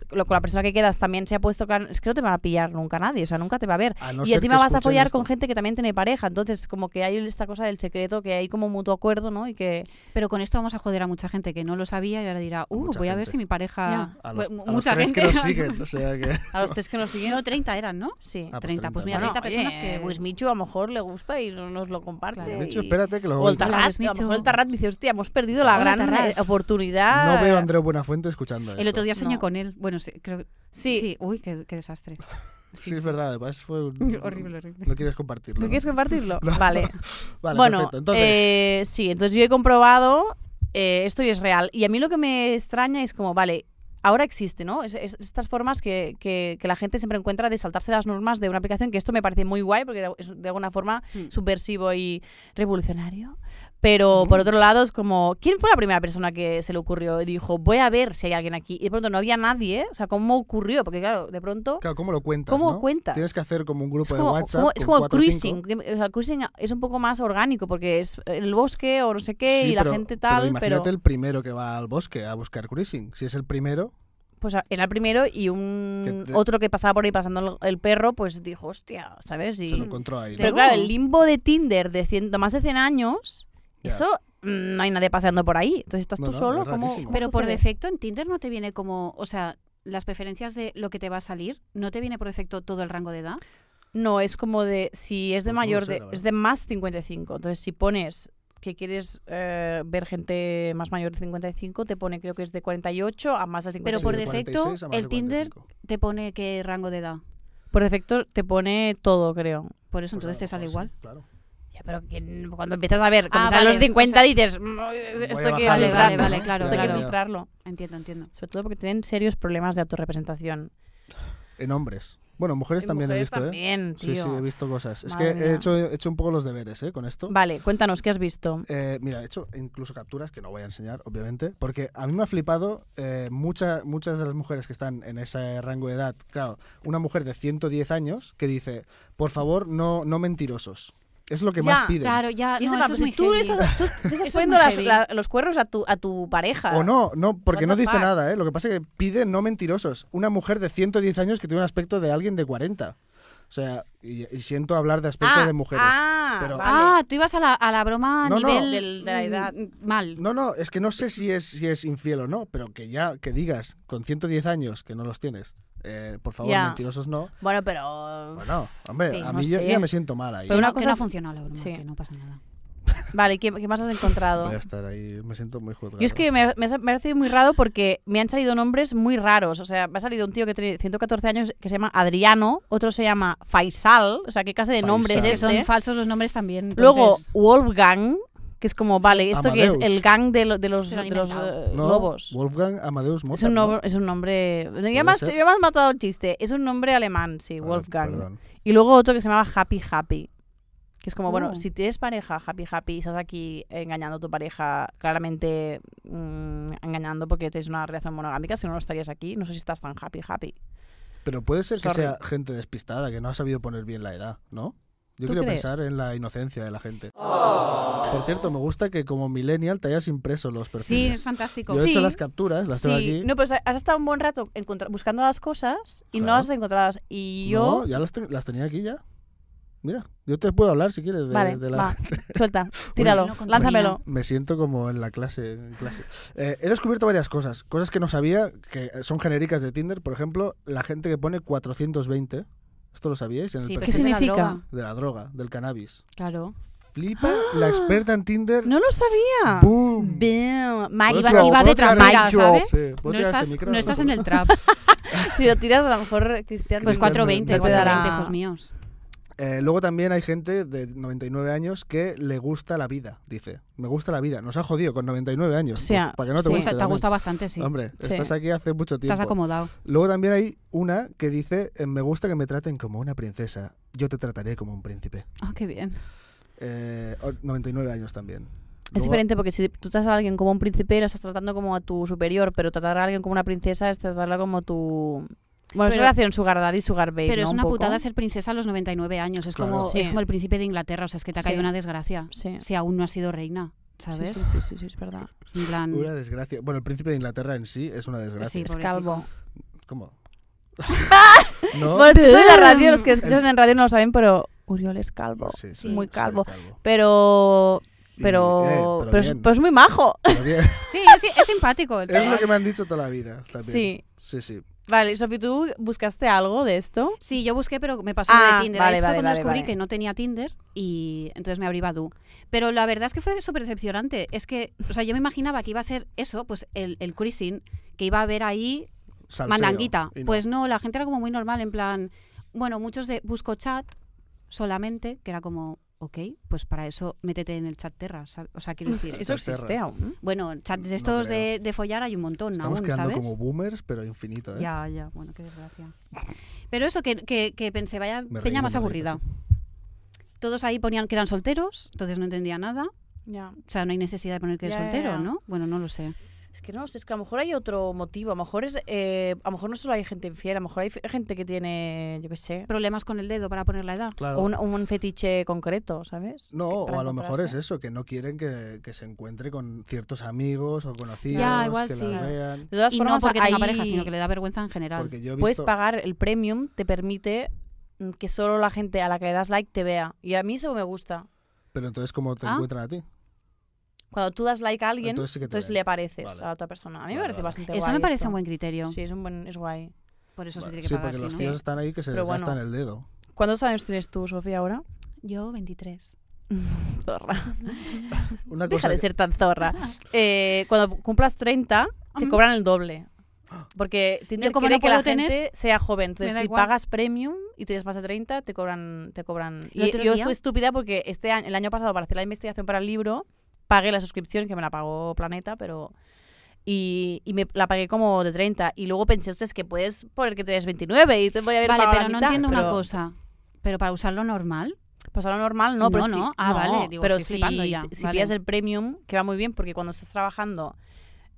Speaker 1: lo, con la persona que quedas también se ha puesto claro, es que no te van a pillar nunca nadie, o sea, nunca te va a ver.
Speaker 3: A no
Speaker 1: y
Speaker 3: ser
Speaker 1: encima
Speaker 3: que
Speaker 1: vas a
Speaker 3: escuchen
Speaker 1: follar
Speaker 3: esto.
Speaker 1: con gente que también tiene pareja, entonces como que hay esta cosa del secreto, que hay como mutuo acuerdo, ¿no? Y que...
Speaker 2: Pero con esto vamos a joder a mucha gente que no lo sabía y ahora dirá, uh,
Speaker 3: mucha
Speaker 2: voy a ver
Speaker 3: gente.
Speaker 2: si mi pareja.
Speaker 1: Ya.
Speaker 3: A los,
Speaker 2: Bueno,
Speaker 3: a los
Speaker 2: mucha
Speaker 3: tres
Speaker 2: gente.
Speaker 3: que nos siguen, o sea que...
Speaker 1: A los tres que nos siguen.
Speaker 2: No, 30 eran, ¿no?
Speaker 1: este Sí.
Speaker 3: Ah, pues
Speaker 2: 30, pues
Speaker 3: 30,
Speaker 2: mira,
Speaker 3: ¿no?
Speaker 2: 30 personas que.
Speaker 1: Pues Michu a lo mejor le gusta y no nos lo comparte.
Speaker 2: Claro.
Speaker 1: y-
Speaker 3: Michu, espérate que lo
Speaker 1: O el
Speaker 3: oigo.
Speaker 2: Claro,
Speaker 1: Tarrat,
Speaker 2: es
Speaker 1: a lo mejor
Speaker 2: Michu.
Speaker 1: el Tarrat dice, hostia, hemos perdido la
Speaker 2: Hola,
Speaker 1: gran
Speaker 2: Tarrat.
Speaker 1: eh, oportunidad.
Speaker 3: No veo a Andreu Buenafuente escuchando
Speaker 2: El otro
Speaker 3: esto.
Speaker 2: día soñé
Speaker 1: No.
Speaker 2: con él. Bueno, sí, creo
Speaker 1: Sí.
Speaker 2: sí. Uy, qué, qué desastre.
Speaker 3: Sí, es verdad, además fue un...
Speaker 2: Horrible, horrible.
Speaker 3: No quieres compartirlo.
Speaker 1: ¿No
Speaker 3: ¿no?
Speaker 1: quieres compartirlo?
Speaker 3: No.
Speaker 1: Vale.
Speaker 3: Vale,
Speaker 1: bueno,
Speaker 3: perfecto. Entonces,
Speaker 1: eh, sí, entonces yo he comprobado, eh, esto y es real. Y a mí lo que me extraña es como, vale, ahora existe, ¿no? Es- es- estas formas que, que- que la gente siempre encuentra de saltarse las normas de una aplicación, que esto me parece muy guay porque de- es de alguna forma
Speaker 2: Mm.
Speaker 1: subversivo y revolucionario. Pero por otro lado es como, ¿quién fue la primera persona que se le ocurrió y dijo, voy a ver si hay alguien aquí? Y de pronto no había nadie, o sea, ¿cómo ocurrió? Porque claro, de pronto...
Speaker 3: claro, ¿cómo lo cuentas?
Speaker 1: ¿Cómo
Speaker 3: no?
Speaker 1: cuentas?
Speaker 3: Tienes que hacer como un
Speaker 1: Es
Speaker 3: grupo
Speaker 1: como,
Speaker 3: de WhatsApp.
Speaker 1: como- es
Speaker 3: con
Speaker 1: como
Speaker 3: cuatro o
Speaker 1: cruising.
Speaker 3: cinco.
Speaker 1: que- o sea, el cruising es un poco más orgánico porque es el bosque o no sé qué
Speaker 3: Sí,
Speaker 1: y la
Speaker 3: pero-
Speaker 1: gente tal,
Speaker 3: Pero
Speaker 1: pero.
Speaker 3: imagínate el primero que va al bosque a buscar cruising. Si es el primero,
Speaker 1: Pues a- era el primero y un
Speaker 3: Que te-
Speaker 1: otro que pasaba por ahí pasando el, el perro, pues dijo, hostia, ¿sabes? Y-
Speaker 3: Se lo encontró ahí. ¿no? Pues
Speaker 1: Pero claro, el limbo de Tinder de cien- más de 100 años,
Speaker 3: Ya.
Speaker 1: eso mm, no hay nadie paseando por ahí. Entonces estás
Speaker 3: No,
Speaker 1: tú
Speaker 3: no,
Speaker 1: solo,
Speaker 3: es
Speaker 1: como...
Speaker 3: rarísimo.
Speaker 2: Pero por defecto en Tinder no te viene como, o sea, las preferencias de lo que te va a salir, ¿no te viene por defecto todo el rango de edad?
Speaker 1: No, es como de, si es de
Speaker 3: Pues no lo
Speaker 1: mayor,
Speaker 3: sé,
Speaker 1: de,
Speaker 3: la
Speaker 1: es
Speaker 3: verdad.
Speaker 1: de más 55. Entonces si pones que quieres eh, ver gente más mayor de 55, te pone creo que es de 48 a más de 55.
Speaker 2: Pero
Speaker 3: Sí,
Speaker 2: por
Speaker 3: de
Speaker 2: defecto,
Speaker 3: 46 a más
Speaker 2: el
Speaker 3: de
Speaker 2: Tinder- pues
Speaker 3: 45.
Speaker 2: Te pone qué rango de edad.
Speaker 1: Por defecto te pone todo, creo.
Speaker 2: Por eso
Speaker 3: Pues a
Speaker 2: entonces
Speaker 3: lo
Speaker 2: te sale
Speaker 3: mejor
Speaker 2: igual.
Speaker 3: sí, claro.
Speaker 1: Ya, pero que- cuando empiezas a ver, cuando
Speaker 2: Ah,
Speaker 1: salen
Speaker 2: vale,
Speaker 1: los 50
Speaker 2: o sea-
Speaker 1: dices, "Mm, esto hay que
Speaker 2: Vale,
Speaker 3: bajarle el
Speaker 1: filtrarlo,
Speaker 2: vale,
Speaker 3: rango,
Speaker 2: vale,
Speaker 3: ¿no?
Speaker 2: claro,
Speaker 1: esto hay que
Speaker 2: claro.
Speaker 1: filtrarlo".
Speaker 2: Entiendo, entiendo.
Speaker 1: Sobre todo porque tienen serios problemas de autorrepresentación.
Speaker 3: ¿Eh? En hombres. Bueno, en mujeres
Speaker 1: En
Speaker 3: también
Speaker 1: mujeres
Speaker 3: he visto, ¿eh?
Speaker 1: también,
Speaker 3: Sí, sí,
Speaker 1: tío.
Speaker 3: he visto cosas. Es
Speaker 1: Madre
Speaker 3: que
Speaker 1: mía.
Speaker 3: he hecho, he hecho un poco los deberes, ¿eh? Con esto.
Speaker 1: Vale, cuéntanos, ¿qué has visto?
Speaker 3: Eh, mira, he hecho incluso capturas que no voy a enseñar, obviamente, porque a mí me ha flipado eh, mucha- muchas de las mujeres que están en ese rango de edad. Claro, una mujer de 110 años que dice, por favor, no, no mentirosos. Es lo que
Speaker 1: Ya,
Speaker 3: más piden.
Speaker 2: Claro, ya,
Speaker 1: Y eso,
Speaker 2: no, eso
Speaker 1: pues,
Speaker 2: es
Speaker 1: si
Speaker 2: muy
Speaker 1: tú le
Speaker 2: heavy.
Speaker 1: estás, tú le estás
Speaker 2: es
Speaker 1: poniendo
Speaker 2: muy
Speaker 1: las-
Speaker 2: heavy.
Speaker 1: la- los cuernos a tu, a tu pareja.
Speaker 3: O no, no, porque
Speaker 1: What
Speaker 3: no
Speaker 1: the
Speaker 3: dice
Speaker 1: fuck?
Speaker 3: nada, ¿eh? Lo que pasa es que pide no mentirosos. Una mujer de 110 años que tiene un aspecto de alguien de 40. O sea, y, y siento hablar de aspecto
Speaker 1: Ah,
Speaker 3: de mujeres.
Speaker 1: ah,
Speaker 3: pero-
Speaker 1: vale.
Speaker 2: Ah, tú ibas a la, a la broma a
Speaker 3: No, no.
Speaker 2: nivel
Speaker 1: Del- de la
Speaker 2: mm,
Speaker 1: edad.
Speaker 2: Mal.
Speaker 3: No, no, es que no sé si es, si es infiel o no, pero que ya que digas con 110 años que no los tienes, eh, por favor,
Speaker 1: Ya.
Speaker 3: mentirosos no.
Speaker 1: Bueno, pero...
Speaker 3: Bueno, hombre,
Speaker 2: Sí,
Speaker 3: a
Speaker 1: no
Speaker 3: mí yo-
Speaker 1: sé.
Speaker 3: ya me siento mal ahí.
Speaker 1: Pero una
Speaker 2: No, que
Speaker 1: cosa
Speaker 2: no ha
Speaker 1: es-
Speaker 2: funcionado la broma,
Speaker 1: sí.
Speaker 2: que no pasa nada.
Speaker 1: Vale, ¿qué, qué más has encontrado?
Speaker 3: Voy a estar ahí, me siento muy juzgado.
Speaker 1: Yo es que me, me ha me ha parecido muy raro porque me han salido nombres muy raros. O sea, me ha salido un tío que tiene 114 años que se llama Adriano, otro se llama Faisal, o sea, qué clase de nombre es
Speaker 3: Faisal.
Speaker 2: Que
Speaker 1: este.
Speaker 2: son falsos los nombres también.
Speaker 1: Luego
Speaker 2: entonces-
Speaker 1: Wolfgang, que es como, vale, ¿esto que es?
Speaker 3: Amadeus.
Speaker 1: El gang de, lo- de los,
Speaker 2: Se lo han
Speaker 1: de los
Speaker 2: inventado.
Speaker 1: eh,
Speaker 3: No,
Speaker 1: lobos.
Speaker 3: Wolfgang Amadeus Mozart.
Speaker 1: Es un,
Speaker 3: ¿no?
Speaker 1: nombre, es un nombre. Ya me, has,
Speaker 3: ser.
Speaker 1: ya me has matado el chiste. Es un nombre alemán, sí,
Speaker 3: Ah,
Speaker 1: Wolfgang.
Speaker 3: perdón.
Speaker 1: Y luego otro que se llamaba Happy Happy. Que es como,
Speaker 2: Oh.
Speaker 1: bueno, si tienes pareja, Happy Happy, y estás aquí engañando a tu pareja, claramente mm, engañando porque tienes una relación monogámica, si no, no estarías aquí. No sé si estás tan happy, happy.
Speaker 3: Pero puede ser que
Speaker 1: Sorry.
Speaker 3: sea gente despistada, que no ha sabido poner bien la edad, ¿no? Yo
Speaker 1: ¿Tú
Speaker 3: quiero
Speaker 1: crees?
Speaker 3: pensar en la inocencia de la gente. Por cierto, me gusta que como millennial te hayas impreso los
Speaker 2: Sí,
Speaker 3: perfiles.
Speaker 2: es fantástico.
Speaker 3: Yo he hecho
Speaker 1: Sí.
Speaker 3: las capturas, las
Speaker 1: sí,
Speaker 3: tengo aquí.
Speaker 1: no, pero has estado un buen rato encontra- buscando las cosas y no
Speaker 3: Claro.
Speaker 1: las has encontrado. Y yo.
Speaker 3: No, ya las, ten- las tenía aquí ya. Mira, yo te puedo hablar si quieres de,
Speaker 1: vale,
Speaker 3: de la...
Speaker 1: va, suelta, tíralo,
Speaker 2: no contamina.
Speaker 1: lánzamelo.
Speaker 3: Me siento como en la clase. en clase. Eh, he descubierto varias cosas. Cosas que no sabía, que son genéricas de Tinder. Por ejemplo, la gente que pone 420. ¿Esto lo sabíais? En el
Speaker 2: Sí,
Speaker 3: perfil
Speaker 2: perfil de la
Speaker 1: significa?
Speaker 2: droga,
Speaker 3: de la droga, del cannabis.
Speaker 2: Claro.
Speaker 3: Flipa la experta en Tinder.
Speaker 1: No lo sabía.
Speaker 3: ¡Boom!
Speaker 1: Bam. Mike,
Speaker 2: Iba,
Speaker 3: Otro,
Speaker 2: iba de
Speaker 3: otro
Speaker 2: tramera,
Speaker 1: anillo.
Speaker 2: ¿sabes?
Speaker 3: Sí, ¿puedo
Speaker 2: no,
Speaker 3: tirar este
Speaker 2: estás,
Speaker 3: micro? Pues
Speaker 2: no estás en el trap.
Speaker 1: si lo tiras, a lo mejor Cristian.
Speaker 2: Pues
Speaker 3: Cristian,
Speaker 2: 420,
Speaker 3: me- me
Speaker 2: 420,
Speaker 1: dará-
Speaker 2: hijos míos.
Speaker 3: Eh, luego también hay gente de 99 años que le gusta la vida, dice. Me gusta la vida. Nos ha jodido con 99 años.
Speaker 1: O sea,
Speaker 3: pues, para que no
Speaker 1: sí.
Speaker 3: te guste.
Speaker 2: Te, te ha
Speaker 3: también.
Speaker 2: gustado bastante, sí.
Speaker 3: Hombre,
Speaker 1: Sí.
Speaker 3: estás aquí hace mucho
Speaker 2: Te
Speaker 3: tiempo.
Speaker 2: has acomodado.
Speaker 3: Luego también hay una que dice, eh, me gusta que me traten como una princesa, yo te trataré como un príncipe.
Speaker 2: Ah, qué bien.
Speaker 3: Eh, o- 99 años también.
Speaker 1: Es
Speaker 3: Luego-
Speaker 1: diferente porque si tú tratas a alguien como un príncipe, lo estás tratando como a tu superior, pero tratar a alguien como una princesa es tratarla como tu. Bueno, es
Speaker 2: Pero-
Speaker 1: relación sugar daddy, sugar baby.
Speaker 2: Pero
Speaker 1: ¿no?
Speaker 2: es
Speaker 1: Un
Speaker 2: una
Speaker 1: poco.
Speaker 2: putada ser princesa a los 99 años. Es,
Speaker 3: Claro.
Speaker 2: como,
Speaker 1: Sí.
Speaker 2: es como el príncipe de Inglaterra. O sea, es que te ha caído
Speaker 1: Sí.
Speaker 2: una desgracia.
Speaker 1: Sí.
Speaker 2: Si aún no has sido reina,
Speaker 1: Sí,
Speaker 2: ¿sabes?
Speaker 1: sí, sí, sí, sí, es verdad.
Speaker 2: En
Speaker 1: Mm.
Speaker 2: plan,
Speaker 3: Una desgracia. Bueno, el príncipe de Inglaterra en sí es una desgracia.
Speaker 2: Sí,
Speaker 1: Es
Speaker 2: Pobrecito.
Speaker 1: calvo.
Speaker 3: ¿Cómo? ¿No?
Speaker 1: Bueno, si estoy en la radio,
Speaker 2: Mm.
Speaker 1: los que escuchan en radio no lo saben, pero Uriol es calvo.
Speaker 3: Sí,
Speaker 2: Sí.
Speaker 3: soy-
Speaker 1: Muy
Speaker 3: soy
Speaker 1: calvo. Pero.
Speaker 3: Y,
Speaker 1: Pero.
Speaker 3: eh, pero
Speaker 1: pero, es,
Speaker 3: bien,
Speaker 1: pero es muy majo.
Speaker 3: pero bien.
Speaker 2: Sí, es, es simpático. el
Speaker 3: es
Speaker 2: chaval.
Speaker 3: lo que me han dicho toda la vida. También.
Speaker 1: Sí.
Speaker 3: Sí, sí.
Speaker 1: Vale, Sofi, ¿tú buscaste algo de esto?
Speaker 2: Sí, yo busqué, pero me pasó lo
Speaker 1: Ah,
Speaker 2: de Tinder.
Speaker 1: vale,
Speaker 2: Ahí
Speaker 1: vale,
Speaker 2: fue cuando
Speaker 1: vale,
Speaker 2: descubrí
Speaker 1: vale.
Speaker 2: que no tenía Tinder y entonces me abrí Badu. Pero la verdad es que fue súper decepcionante. Es que, o sea, yo me imaginaba que iba a ser eso, pues el, el cruising, que iba a haber ahí
Speaker 3: Salseo,
Speaker 2: mandanguita.
Speaker 3: y no.
Speaker 2: Pues no, la gente era como muy normal, en plan, bueno, muchos de busco chat solamente, que era como, ok, pues para eso métete en el chat Terra. sal- O sea, quiero decir,
Speaker 1: Eso
Speaker 3: Inglaterra.
Speaker 1: existe aún.
Speaker 2: bueno, chats
Speaker 3: No
Speaker 2: estos
Speaker 3: creo.
Speaker 2: de, de follar hay un montón
Speaker 3: Estamos
Speaker 2: aún,
Speaker 3: quedando
Speaker 2: ¿sabes?
Speaker 3: como boomers, pero infinito, ¿eh?
Speaker 2: Ya, ya, bueno, qué desgracia. Pero eso, que, que, que pensé, vaya
Speaker 3: Me reí
Speaker 2: peña más
Speaker 3: cuando lo dices.
Speaker 2: aburrida. Todos ahí ponían que eran solteros, entonces no entendía nada.
Speaker 1: Ya.
Speaker 2: O sea, no hay necesidad de poner que eres
Speaker 1: Ya, ya,
Speaker 2: soltero,
Speaker 1: ya.
Speaker 2: ¿no? Bueno, no lo sé.
Speaker 1: Es que no, sé, es que a lo mejor hay otro motivo. A lo mejor es, eh, a lo mejor no solo hay gente infiel, a lo mejor hay f- gente que tiene, yo qué sé,
Speaker 2: Problemas con el dedo para poner la edad.
Speaker 3: Claro.
Speaker 1: o un, un fetiche concreto, ¿sabes?
Speaker 3: No,
Speaker 1: Que-
Speaker 3: o
Speaker 1: para
Speaker 3: a lo mejor es
Speaker 1: encontrarse.
Speaker 3: eso, que no quieren que, que se encuentre con ciertos amigos o conocidos
Speaker 2: igual
Speaker 3: que
Speaker 2: sí.
Speaker 3: la vean.
Speaker 1: De todas
Speaker 2: Y no
Speaker 1: formas,
Speaker 2: porque tenga
Speaker 1: ahí
Speaker 2: pareja, sino que le da vergüenza en general.
Speaker 3: Porque yo he
Speaker 1: puedes
Speaker 3: visto...
Speaker 1: pagar el premium, te permite mm, que solo la gente a la que le das like te vea. Y a mí eso me gusta.
Speaker 3: Pero entonces, ¿cómo te
Speaker 2: Ah.
Speaker 3: encuentran a ti?
Speaker 1: Cuando tú das like a alguien,
Speaker 3: Entonces
Speaker 1: entonces,
Speaker 3: sí que te ven.
Speaker 1: le apareces
Speaker 3: Vale.
Speaker 1: a la otra persona. A mí me
Speaker 3: Vale,
Speaker 1: parece
Speaker 3: vale.
Speaker 1: bastante guay.
Speaker 2: Eso me parece
Speaker 1: esto.
Speaker 2: un buen criterio.
Speaker 1: Sí, es un buen, es guay.
Speaker 2: Por eso
Speaker 3: Vale.
Speaker 2: se tiene que
Speaker 3: Sí,
Speaker 2: pagar,
Speaker 3: porque
Speaker 2: si
Speaker 3: los
Speaker 2: no.
Speaker 3: tíos están ahí que se
Speaker 1: Pero bueno.
Speaker 3: desgastan el dedo.
Speaker 1: ¿Cuántos años tienes tú, Sofía, ahora?
Speaker 2: Yo, 23.
Speaker 1: Zorra.
Speaker 3: Una
Speaker 1: Deja
Speaker 3: cosa
Speaker 1: de
Speaker 3: que-
Speaker 1: ser tan zorra. Eh, cuando cumplas 30, te
Speaker 2: Ujú.
Speaker 1: cobran el doble. Porque Tinder
Speaker 2: Yo como
Speaker 1: quiere
Speaker 2: no
Speaker 1: que la
Speaker 2: puedo tener,
Speaker 1: gente sea joven. Entonces,
Speaker 2: me da
Speaker 1: si
Speaker 2: igual.
Speaker 1: pagas premium y tienes más de 30, te cobran. Te cobran.
Speaker 2: El
Speaker 1: Y
Speaker 2: otro
Speaker 1: yo
Speaker 2: día-
Speaker 1: fui estúpida porque este año- el año pasado, para hacer la investigación para el libro, pagué la suscripción, que me la pagó Planeta, pero. Y, y me la pagué como de 30. Y luego pensé, ustedes que puedes poner que tienes 29 y te voy a haber
Speaker 2: Vale,
Speaker 1: pagado la
Speaker 2: pero no
Speaker 1: mitad",
Speaker 2: entiendo una
Speaker 1: pero-
Speaker 2: cosa. Pero para usarlo normal,
Speaker 1: Pues ahora normal, no,
Speaker 2: No,
Speaker 1: pero sí-
Speaker 2: no. Ah, vale, digo,
Speaker 1: pero
Speaker 2: estoy
Speaker 1: si,
Speaker 2: flipando ya,
Speaker 1: si
Speaker 2: vale.
Speaker 1: pillas el premium, que va muy bien, porque cuando estás trabajando,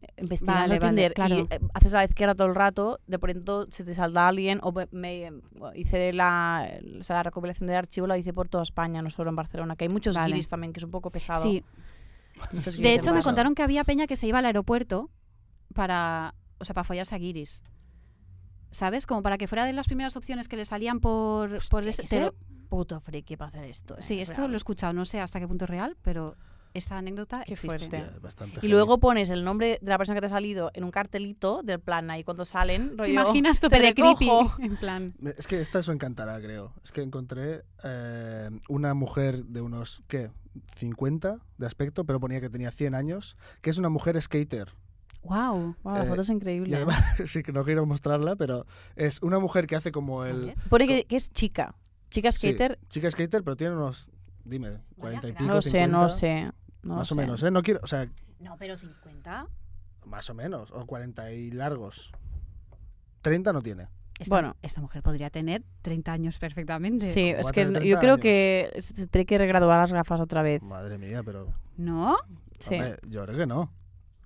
Speaker 1: eh, investigando
Speaker 2: Vale, vale,
Speaker 1: Tinder
Speaker 2: claro.
Speaker 1: y eh, haces a la izquierda todo el rato, de pronto se te salda alguien, o me, me- hice la, o sea, la recopilación del archivo, la hice por toda España, no solo en Barcelona, que hay muchos
Speaker 2: Vale.
Speaker 1: guiris también, que es un poco pesado.
Speaker 2: sí.
Speaker 1: muchos guiris
Speaker 2: De hecho, me
Speaker 1: embarazos.
Speaker 2: contaron que había peña que se iba al aeropuerto para, o sea, para follarse a guiris. ¿Sabes? Como para que fuera de las primeras opciones que le salían por... por
Speaker 1: Hay
Speaker 2: esto-
Speaker 1: que
Speaker 2: te
Speaker 1: ser
Speaker 2: lo-
Speaker 1: puto friki para hacer esto. eh,
Speaker 2: sí, esto
Speaker 1: real.
Speaker 2: lo he escuchado, no sé hasta qué punto es real, pero esta anécdota
Speaker 1: Qué
Speaker 2: existe.
Speaker 1: fuerte.
Speaker 3: Hostia, es bastante
Speaker 1: Y
Speaker 3: heavy.
Speaker 1: luego pones el nombre de la persona que te ha salido en un cartelito del plan ahí cuando salen.
Speaker 2: ¿Te
Speaker 1: rollo,
Speaker 2: imaginas esto
Speaker 1: te
Speaker 2: de creepy?
Speaker 1: recojo.
Speaker 2: En plan...
Speaker 3: Me- Es que esta os encantará, creo. Es que encontré eh, una mujer de unos, ¿qué? 50 de aspecto, pero ponía que tenía 100 años, que es una mujer skater.
Speaker 2: ¡Wow!
Speaker 1: Wow, la
Speaker 3: Eh,
Speaker 1: foto es increíble.
Speaker 3: Y además, sí que no quiero mostrarla, pero es una mujer que hace como el...
Speaker 1: Pone que, que es chica. Chica
Speaker 3: sí,
Speaker 1: skater.
Speaker 3: chica skater, pero tiene unos, dime, 40 y
Speaker 2: gran.
Speaker 3: pico,
Speaker 1: No sé,
Speaker 3: 50,
Speaker 1: no sé. no
Speaker 3: más o
Speaker 1: sé.
Speaker 3: menos, ¿eh? No quiero, o sea,
Speaker 2: No, pero 50.
Speaker 3: más o menos, o 40 y largos. 30 no tiene.
Speaker 2: Esta,
Speaker 1: Bueno.
Speaker 2: esta mujer podría tener 30 años perfectamente.
Speaker 1: Sí,
Speaker 3: Como va
Speaker 1: es
Speaker 3: a
Speaker 1: que
Speaker 3: tener
Speaker 1: no-
Speaker 3: 30
Speaker 1: yo creo
Speaker 3: años.
Speaker 1: que se se tiene que regraduar las gafas otra vez.
Speaker 3: Madre mía, pero...
Speaker 2: ¿No?
Speaker 1: Sí.
Speaker 3: hombre, yo creo que no.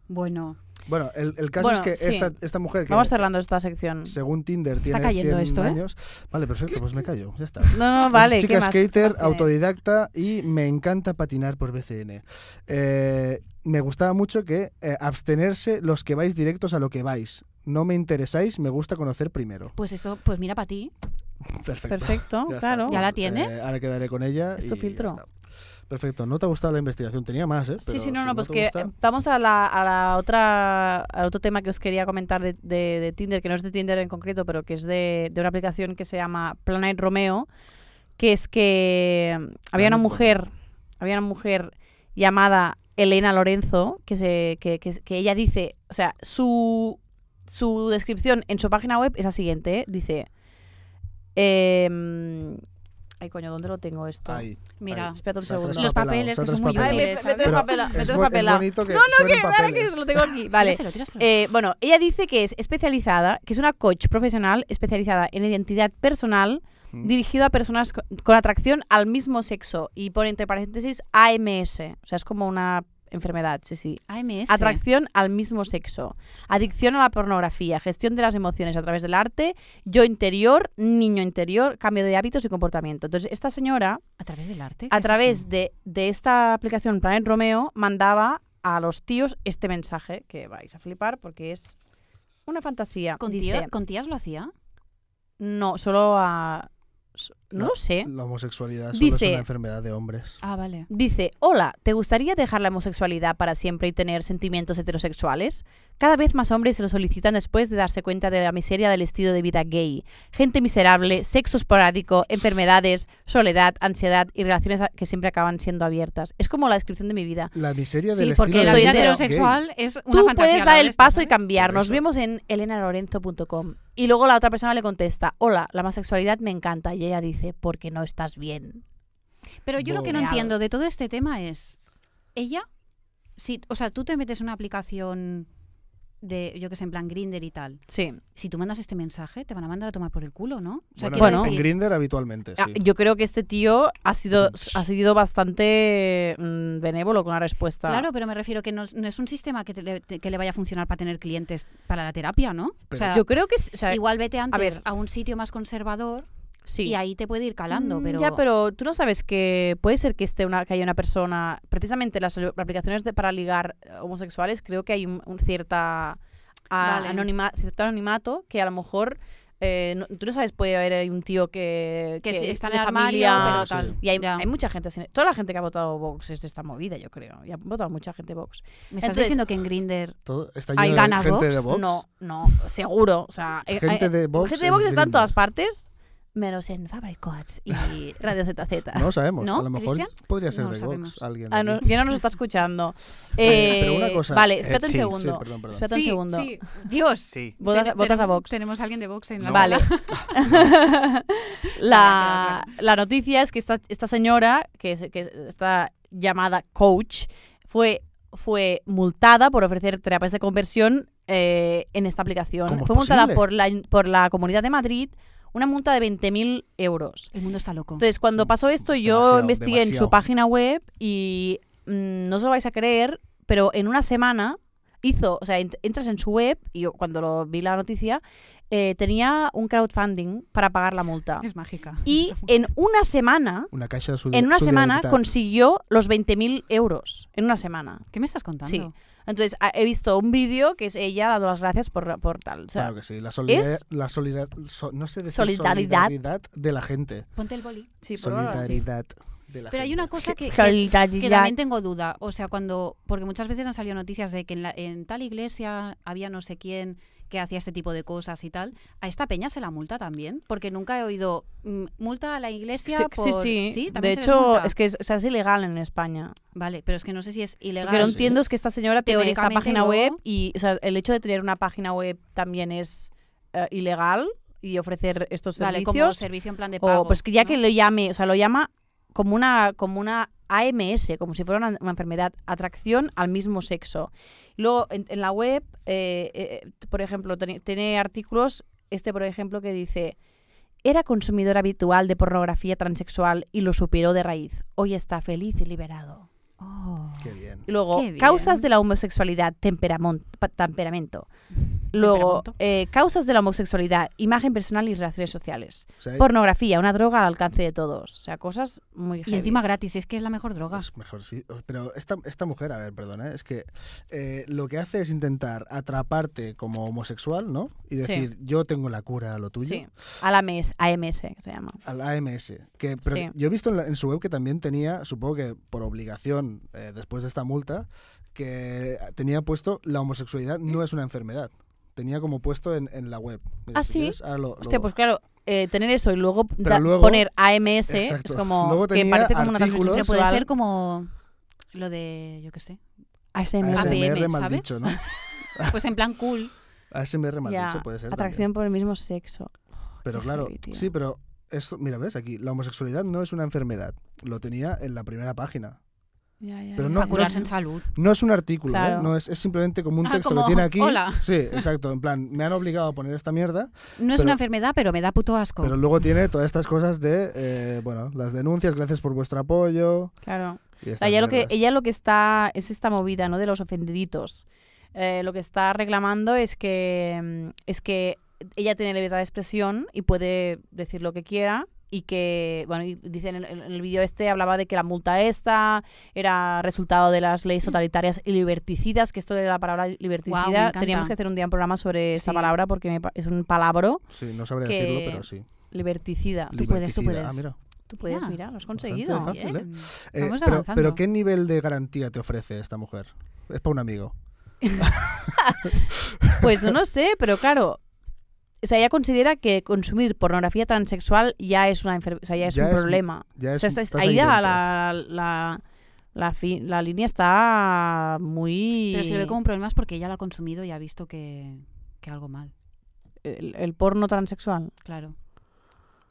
Speaker 2: Bueno,
Speaker 3: Bueno, el, el caso
Speaker 1: Bueno,
Speaker 3: es que
Speaker 1: sí.
Speaker 3: esta, esta mujer que...
Speaker 1: Vamos cerrando esta sección.
Speaker 3: según Tinder tiene
Speaker 2: cayendo
Speaker 3: 100
Speaker 2: esto, ¿eh?
Speaker 3: años. Vale, perfecto, pues me callo, ya está.
Speaker 1: No, no,
Speaker 3: Pues
Speaker 1: vale.
Speaker 3: es
Speaker 1: ¿qué
Speaker 3: chica
Speaker 1: más?
Speaker 3: skater,
Speaker 1: Pues tiene-
Speaker 3: autodidacta y me encanta patinar por BCN. Eh, me gustaba mucho que eh, abstenerse los que vais directos a lo que vais. No me interesáis, me gusta conocer primero.
Speaker 2: pues esto, pues mira para ti.
Speaker 3: Perfecto.
Speaker 1: Perfecto,
Speaker 3: Ya está,
Speaker 1: claro.
Speaker 2: Ya la
Speaker 3: pues,
Speaker 2: tienes.
Speaker 3: ahora quedaré con ella.
Speaker 1: Es
Speaker 3: y
Speaker 1: tu
Speaker 3: ya
Speaker 1: filtro.
Speaker 3: está. Perfecto. ¿No te ha gustado la investigación? Tenía más, ¿eh?
Speaker 1: Sí,
Speaker 3: Pero
Speaker 1: sí, no,
Speaker 3: si
Speaker 1: no, pues
Speaker 3: te
Speaker 1: que
Speaker 3: gusta-
Speaker 1: eh, vamos a la, a la otra, al otro tema que os quería comentar de, de- de Tinder, que no es de Tinder en concreto, pero que es de, de una aplicación que se llama Planet Romeo, que es que mm, había
Speaker 3: Planet
Speaker 1: una
Speaker 3: Romeo.
Speaker 1: mujer, había una mujer llamada Elena Lorenzo, que, se, que, que- que ella dice, o sea, su, su descripción en su página web es la siguiente, ¿eh? dice... em, ay, coño, ¿dónde lo tengo esto?
Speaker 3: Ahí.
Speaker 2: Mira,
Speaker 3: Ahí.
Speaker 1: Espérate un
Speaker 3: Se ha
Speaker 1: segundo.
Speaker 3: traspapelado,
Speaker 2: Los papeles,
Speaker 3: se ha
Speaker 2: que son muy
Speaker 1: Ay, me,
Speaker 3: traspapelado.
Speaker 2: útiles.
Speaker 1: me- me
Speaker 2: Pero
Speaker 1: traspapela, me
Speaker 3: Es, bo- es
Speaker 1: traspapela.
Speaker 3: bonito que
Speaker 1: No, no,
Speaker 3: suenen
Speaker 1: que ahora que
Speaker 3: papeles.
Speaker 1: lo tengo aquí. Vale.
Speaker 2: Tíraselo, tíraselo.
Speaker 1: Eh, bueno, ella dice que es especializada, que es una coach profesional especializada en identidad personal
Speaker 3: Mm.
Speaker 1: dirigido a personas co- con atracción al mismo sexo y pone entre paréntesis AMS, o sea, es como una enfermedad, sí, sí.
Speaker 2: AMS.
Speaker 1: Atracción al mismo sexo, adicción a la pornografía, gestión de las emociones a través del arte, yo interior, niño interior, cambio de hábitos y comportamiento. Entonces, esta señora
Speaker 2: a través del arte. ¿qué
Speaker 1: a
Speaker 2: es eso?
Speaker 1: través de, de esta aplicación Planet Romeo mandaba a los tíos este mensaje que vais a flipar porque es una fantasía.
Speaker 2: ¿Con,
Speaker 1: Dice,
Speaker 2: tío- con tías lo hacía?
Speaker 1: no, solo a... so- No,
Speaker 3: No. Mm.
Speaker 1: lo sé.
Speaker 3: La homosexualidad solo
Speaker 1: Dice-
Speaker 3: es una enfermedad de hombres.
Speaker 2: Ah, vale.
Speaker 1: Dice, hola, ¿te gustaría dejar la homosexualidad para siempre y tener sentimientos heterosexuales? Cada vez más hombres se lo solicitan después de darse cuenta de la miseria del estilo de vida gay. Gente miserable, sexo esporádico, enfermedades, soledad, ansiedad y relaciones a- que siempre acaban siendo abiertas. Es como la descripción de mi vida.
Speaker 3: La miseria del
Speaker 2: Sí,
Speaker 3: estilo
Speaker 2: porque
Speaker 3: de
Speaker 2: la
Speaker 1: soy
Speaker 2: vida
Speaker 3: vida gay.
Speaker 2: heterosexual es una
Speaker 1: Tú
Speaker 2: fantasía
Speaker 1: puedes
Speaker 2: al lado
Speaker 1: dar
Speaker 2: de
Speaker 1: el
Speaker 2: esto,
Speaker 1: paso y
Speaker 2: ¿sabes?
Speaker 1: cambiar.
Speaker 3: Por
Speaker 1: Nos
Speaker 3: eso.
Speaker 1: vemos en elenalorenzo.com. Y luego la otra persona le contesta, hola, la homosexualidad me encanta. Y ella dice, porque no estás bien.
Speaker 2: Pero yo lo que no
Speaker 1: Boreal.
Speaker 2: entiendo de todo este tema es. Ella. Si, o sea, tú te metes en una aplicación de, yo que sé, en plan Grinder y tal.
Speaker 1: Sí.
Speaker 2: Si tú mandas este mensaje, te van a mandar a tomar por el culo, ¿no? O sea,
Speaker 3: bueno,
Speaker 2: quiero
Speaker 1: Bueno.
Speaker 3: en
Speaker 2: decir-
Speaker 3: Grinder habitualmente,
Speaker 1: Ah,
Speaker 3: sí.
Speaker 1: Yo creo que este tío ha sido, ha sido bastante mm, benévolo con la respuesta.
Speaker 2: Claro, pero me refiero que no, es- no es un sistema que, te le, te- que le vaya a funcionar para tener clientes para la terapia, ¿no? o
Speaker 3: Pero-
Speaker 2: sea,
Speaker 1: Yo creo que sí, o sea,
Speaker 2: igual vete antes a,
Speaker 1: ver.
Speaker 2: un sitio más conservador
Speaker 1: sí.
Speaker 2: y ahí te puede ir calando,
Speaker 1: Mm,
Speaker 2: pero...
Speaker 1: Ya, pero tú no sabes que puede ser que esté una, que haya una persona. Precisamente las o- aplicaciones de, para ligar eh, homosexuales, creo que hay un, un cierta a-
Speaker 2: Vale.
Speaker 1: anonima- cierto anonimato que a lo mejor eh, no- tú no sabes, puede haber ahí un tío que,
Speaker 2: que sí, está en
Speaker 1: de
Speaker 2: el armario,
Speaker 1: familia,
Speaker 2: pero
Speaker 3: Sí.
Speaker 2: tal.
Speaker 1: Ah, Y hay,
Speaker 2: Ya.
Speaker 1: hay mucha gente, así. toda la gente que ha votado Vox es de esta movida, yo creo. Y ha votado mucha gente Vox.
Speaker 2: Me estás
Speaker 1: Entonces-
Speaker 2: diciendo que en Grinder
Speaker 3: Todo- está
Speaker 1: Ay,
Speaker 3: lleno de
Speaker 2: ¿gana
Speaker 3: gente de
Speaker 2: Vox?
Speaker 3: Vox.
Speaker 1: No, no, seguro. O sea, eh,
Speaker 3: Gente
Speaker 1: eh,
Speaker 3: de Vox
Speaker 1: gente de
Speaker 3: en
Speaker 1: Vox está en
Speaker 3: Grindr.
Speaker 1: todas partes, menos en Fabricots y Radio ZZ.
Speaker 3: No sabemos.
Speaker 2: ¿No,
Speaker 3: A lo mejor
Speaker 2: Cristian?
Speaker 3: podría ser
Speaker 2: No lo
Speaker 3: de Vox
Speaker 2: sabemos.
Speaker 3: alguien. de
Speaker 1: Ah, no,
Speaker 3: aquí.
Speaker 1: ya no nos está escuchando.
Speaker 3: Oye, pero
Speaker 1: Eh,
Speaker 3: una cosa.
Speaker 1: Vale,
Speaker 4: Eh,
Speaker 1: espérate
Speaker 4: sí,
Speaker 1: un segundo.
Speaker 3: Sí, perdón, perdón.
Speaker 1: Espérate un segundo.
Speaker 2: Dios.
Speaker 4: Sí.
Speaker 1: Votas,
Speaker 2: Ten-
Speaker 1: votas a
Speaker 2: tenemos-
Speaker 1: Vox.
Speaker 2: Tenemos a alguien de Vox en la
Speaker 1: Vale.
Speaker 2: sala.
Speaker 1: la, la noticia es que esta, esta señora, que, es- que está llamada coach, fue, fue multada por ofrecer terapias de conversión eh, en esta aplicación.
Speaker 3: ¿Cómo es
Speaker 1: fue multada
Speaker 3: posible?
Speaker 1: por la, por la Comunidad de Madrid, una multa de 20.000 euros.
Speaker 2: El mundo está loco.
Speaker 1: Entonces, cuando pasó esto, yo
Speaker 3: Mm, Demasiado,
Speaker 1: investigué en su
Speaker 3: demasiado.
Speaker 1: página web y mm, no os lo vais a creer, pero en una semana hizo, o sea, ent- entras en su web y yo cuando lo vi la noticia, eh, tenía un crowdfunding para pagar la multa.
Speaker 2: Es mágica.
Speaker 1: Y en una semana,
Speaker 3: Una caja de
Speaker 1: en una semana consiguió los 20.000 euros. En una semana.
Speaker 2: ¿Qué me estás contando?
Speaker 1: Sí. Entonces, a- he visto un vídeo que es ella dando las gracias por, por tal. O sea,
Speaker 3: Claro que sí. La solidaridad.
Speaker 1: es-
Speaker 3: La solidaridad. no sé decir
Speaker 1: Solidaridad.
Speaker 3: solidaridad de la gente.
Speaker 2: Ponte el boli.
Speaker 1: sí, por ahora sí.
Speaker 3: Solidaridad de la gente.
Speaker 2: Pero hay una cosa que, que- que
Speaker 1: Solidaridad.
Speaker 2: también tengo duda. O sea, cuando. Porque muchas veces han salido noticias de que en, la- en tal iglesia había no sé quién que hacía este tipo de cosas y tal. ¿A esta peña se la multa también? Porque nunca he oído. mm, multa a la iglesia
Speaker 1: Sí,
Speaker 2: por.
Speaker 1: sí, sí. De
Speaker 2: ¿También se les
Speaker 1: hecho,
Speaker 2: multa?
Speaker 1: es que es, o sea, es ilegal en España.
Speaker 2: Vale, pero es que no sé si es
Speaker 1: Lo
Speaker 2: ilegal.
Speaker 1: que no
Speaker 3: sí.
Speaker 1: entiendo es que esta señora tiene esta
Speaker 2: Ah, Teóricamente
Speaker 1: página
Speaker 2: no.
Speaker 1: web y o sea, el hecho de tener una página web también es eh, ilegal y ofrecer estos
Speaker 2: Vale,
Speaker 1: servicios.
Speaker 2: como servicio en plan de pago.
Speaker 1: o pues que ya
Speaker 2: ¿no?
Speaker 1: que lo llame, o sea, lo llama como una, como una AMS, como si fuera una, una enfermedad, atracción al mismo sexo. Luego, en, en la web, eh, eh, por ejemplo, teni- tiene artículos, este por ejemplo, que dice, era consumidor habitual de pornografía transexual y lo superó de raíz. Hoy está feliz y liberado.
Speaker 2: Oh.
Speaker 3: Qué bien.
Speaker 1: Y Luego,
Speaker 2: Qué bien.
Speaker 1: causas de la homosexualidad, temperamon- pa- temperamento. Luego,
Speaker 2: Temperamento.
Speaker 1: eh, causas de la homosexualidad, imagen personal y relaciones sociales.
Speaker 3: O sea,
Speaker 1: Pornografía, una droga al alcance de todos. O sea, cosas muy
Speaker 2: Y encima
Speaker 1: heavies.
Speaker 2: gratis, es que es la mejor droga.
Speaker 3: Es mejor, sí. Oh, Pero esta, esta mujer, a ver, perdona, ¿eh? es que eh, lo que hace es intentar atraparte como homosexual, ¿no? Y decir, yo tengo la cura a lo tuyo.
Speaker 1: Sí. A la mes, AMS que se llama.
Speaker 3: Al AMS. Que, pero
Speaker 1: Sí.
Speaker 3: Yo he visto en, la- en su web que también tenía, supongo que por obligación, eh, después de esta multa, que tenía puesto la homosexualidad no es una enfermedad. Tenía como puesto en, en la web. Mira,
Speaker 1: Ah,
Speaker 3: si
Speaker 1: sí.
Speaker 3: quieres, ahora lo-
Speaker 1: Hostia,
Speaker 3: lo-
Speaker 1: pues claro, eh, tener eso y luego,
Speaker 3: Pero
Speaker 1: da-
Speaker 3: luego-
Speaker 1: poner AMS
Speaker 3: Exacto.
Speaker 1: es como
Speaker 3: Luego
Speaker 1: que
Speaker 3: tenía
Speaker 1: parece como una
Speaker 3: artículos-
Speaker 2: Pero
Speaker 1: transmisión
Speaker 2: puede
Speaker 1: sexual.
Speaker 2: ser como lo de, yo qué sé,
Speaker 1: ASMR.
Speaker 2: ASMR.
Speaker 3: ASMR
Speaker 2: APM,
Speaker 3: mal
Speaker 2: ¿sabes?
Speaker 3: dicho, ¿no?
Speaker 2: pues en plan cool.
Speaker 3: ASMR mal
Speaker 1: Ya,
Speaker 3: dicho puede ser. también.
Speaker 1: Atracción por el mismo sexo.
Speaker 3: Pero
Speaker 1: Qué
Speaker 3: claro,
Speaker 1: heavy, tío.
Speaker 3: sí, pero esto, mira, ves aquí, la homosexualidad no es una enfermedad. Lo tenía en la primera página.
Speaker 1: Ya, ya,
Speaker 3: Pero
Speaker 1: ya.
Speaker 3: No,
Speaker 2: para
Speaker 3: no
Speaker 2: curarse
Speaker 3: es-
Speaker 2: en salud.
Speaker 3: No es un artículo, ¿eh?
Speaker 1: Claro.
Speaker 3: no es, es simplemente como un
Speaker 2: Ah,
Speaker 3: texto
Speaker 2: como,
Speaker 3: que tiene aquí.
Speaker 2: "Hola".
Speaker 3: Sí, exacto, en plan, me han obligado a poner esta mierda,
Speaker 2: No es
Speaker 3: Pero-
Speaker 2: una enfermedad, pero me da puto asco.
Speaker 3: pero luego tiene todas estas cosas de, eh, bueno, las denuncias, gracias por vuestro apoyo.
Speaker 1: Claro.
Speaker 3: y
Speaker 1: O sea,
Speaker 3: estas
Speaker 1: ella lo que,
Speaker 3: mierdas.
Speaker 1: ella lo que está es esta movida, ¿no? De los ofendiditos. Eh, lo que está reclamando es que, mm, es que ella tiene libertad de expresión y puede decir lo que quiera y que, bueno, y dicen en el, en el vídeo este, hablaba de que la multa esta era resultado de las leyes totalitarias y liberticidas, que esto de la palabra
Speaker 2: Mm. Guau, me
Speaker 1: liberticida,
Speaker 2: encanta.
Speaker 1: teníamos que hacer un día un programa sobre esta
Speaker 2: Sí.
Speaker 1: palabra porque me pa- es un palabra
Speaker 3: Sí, no sabré
Speaker 1: que- Ah,
Speaker 3: decirlo, pero sí.
Speaker 1: liberticida.
Speaker 2: Tú puedes, tú
Speaker 3: Liberticida.
Speaker 2: puedes.
Speaker 3: Ah, mira.
Speaker 1: Tú puedes,
Speaker 2: Ya.
Speaker 1: mira, lo has
Speaker 3: Bastante
Speaker 1: conseguido.
Speaker 3: fácil.
Speaker 2: Bien.
Speaker 3: Eh,
Speaker 2: Vamos
Speaker 3: pero,
Speaker 2: avanzando.
Speaker 3: pero ¿qué nivel de garantía te ofrece esta mujer? Es para un amigo.
Speaker 1: Pues no sé, pero claro. O sea, ella considera que consumir pornografía transexual ya es una enfer- o sea, ya es
Speaker 3: Ya
Speaker 1: un
Speaker 3: es-
Speaker 1: problema.
Speaker 3: Ya
Speaker 1: O
Speaker 3: es,
Speaker 1: sea, está-
Speaker 3: estás
Speaker 1: ahí ya
Speaker 3: dentro.
Speaker 1: la, la, la fi- la línea está muy...
Speaker 2: Pero si lo ve como un problema es porque ella lo ha consumido y ha visto que, que algo mal.
Speaker 1: el, el porno transexual.
Speaker 2: Claro.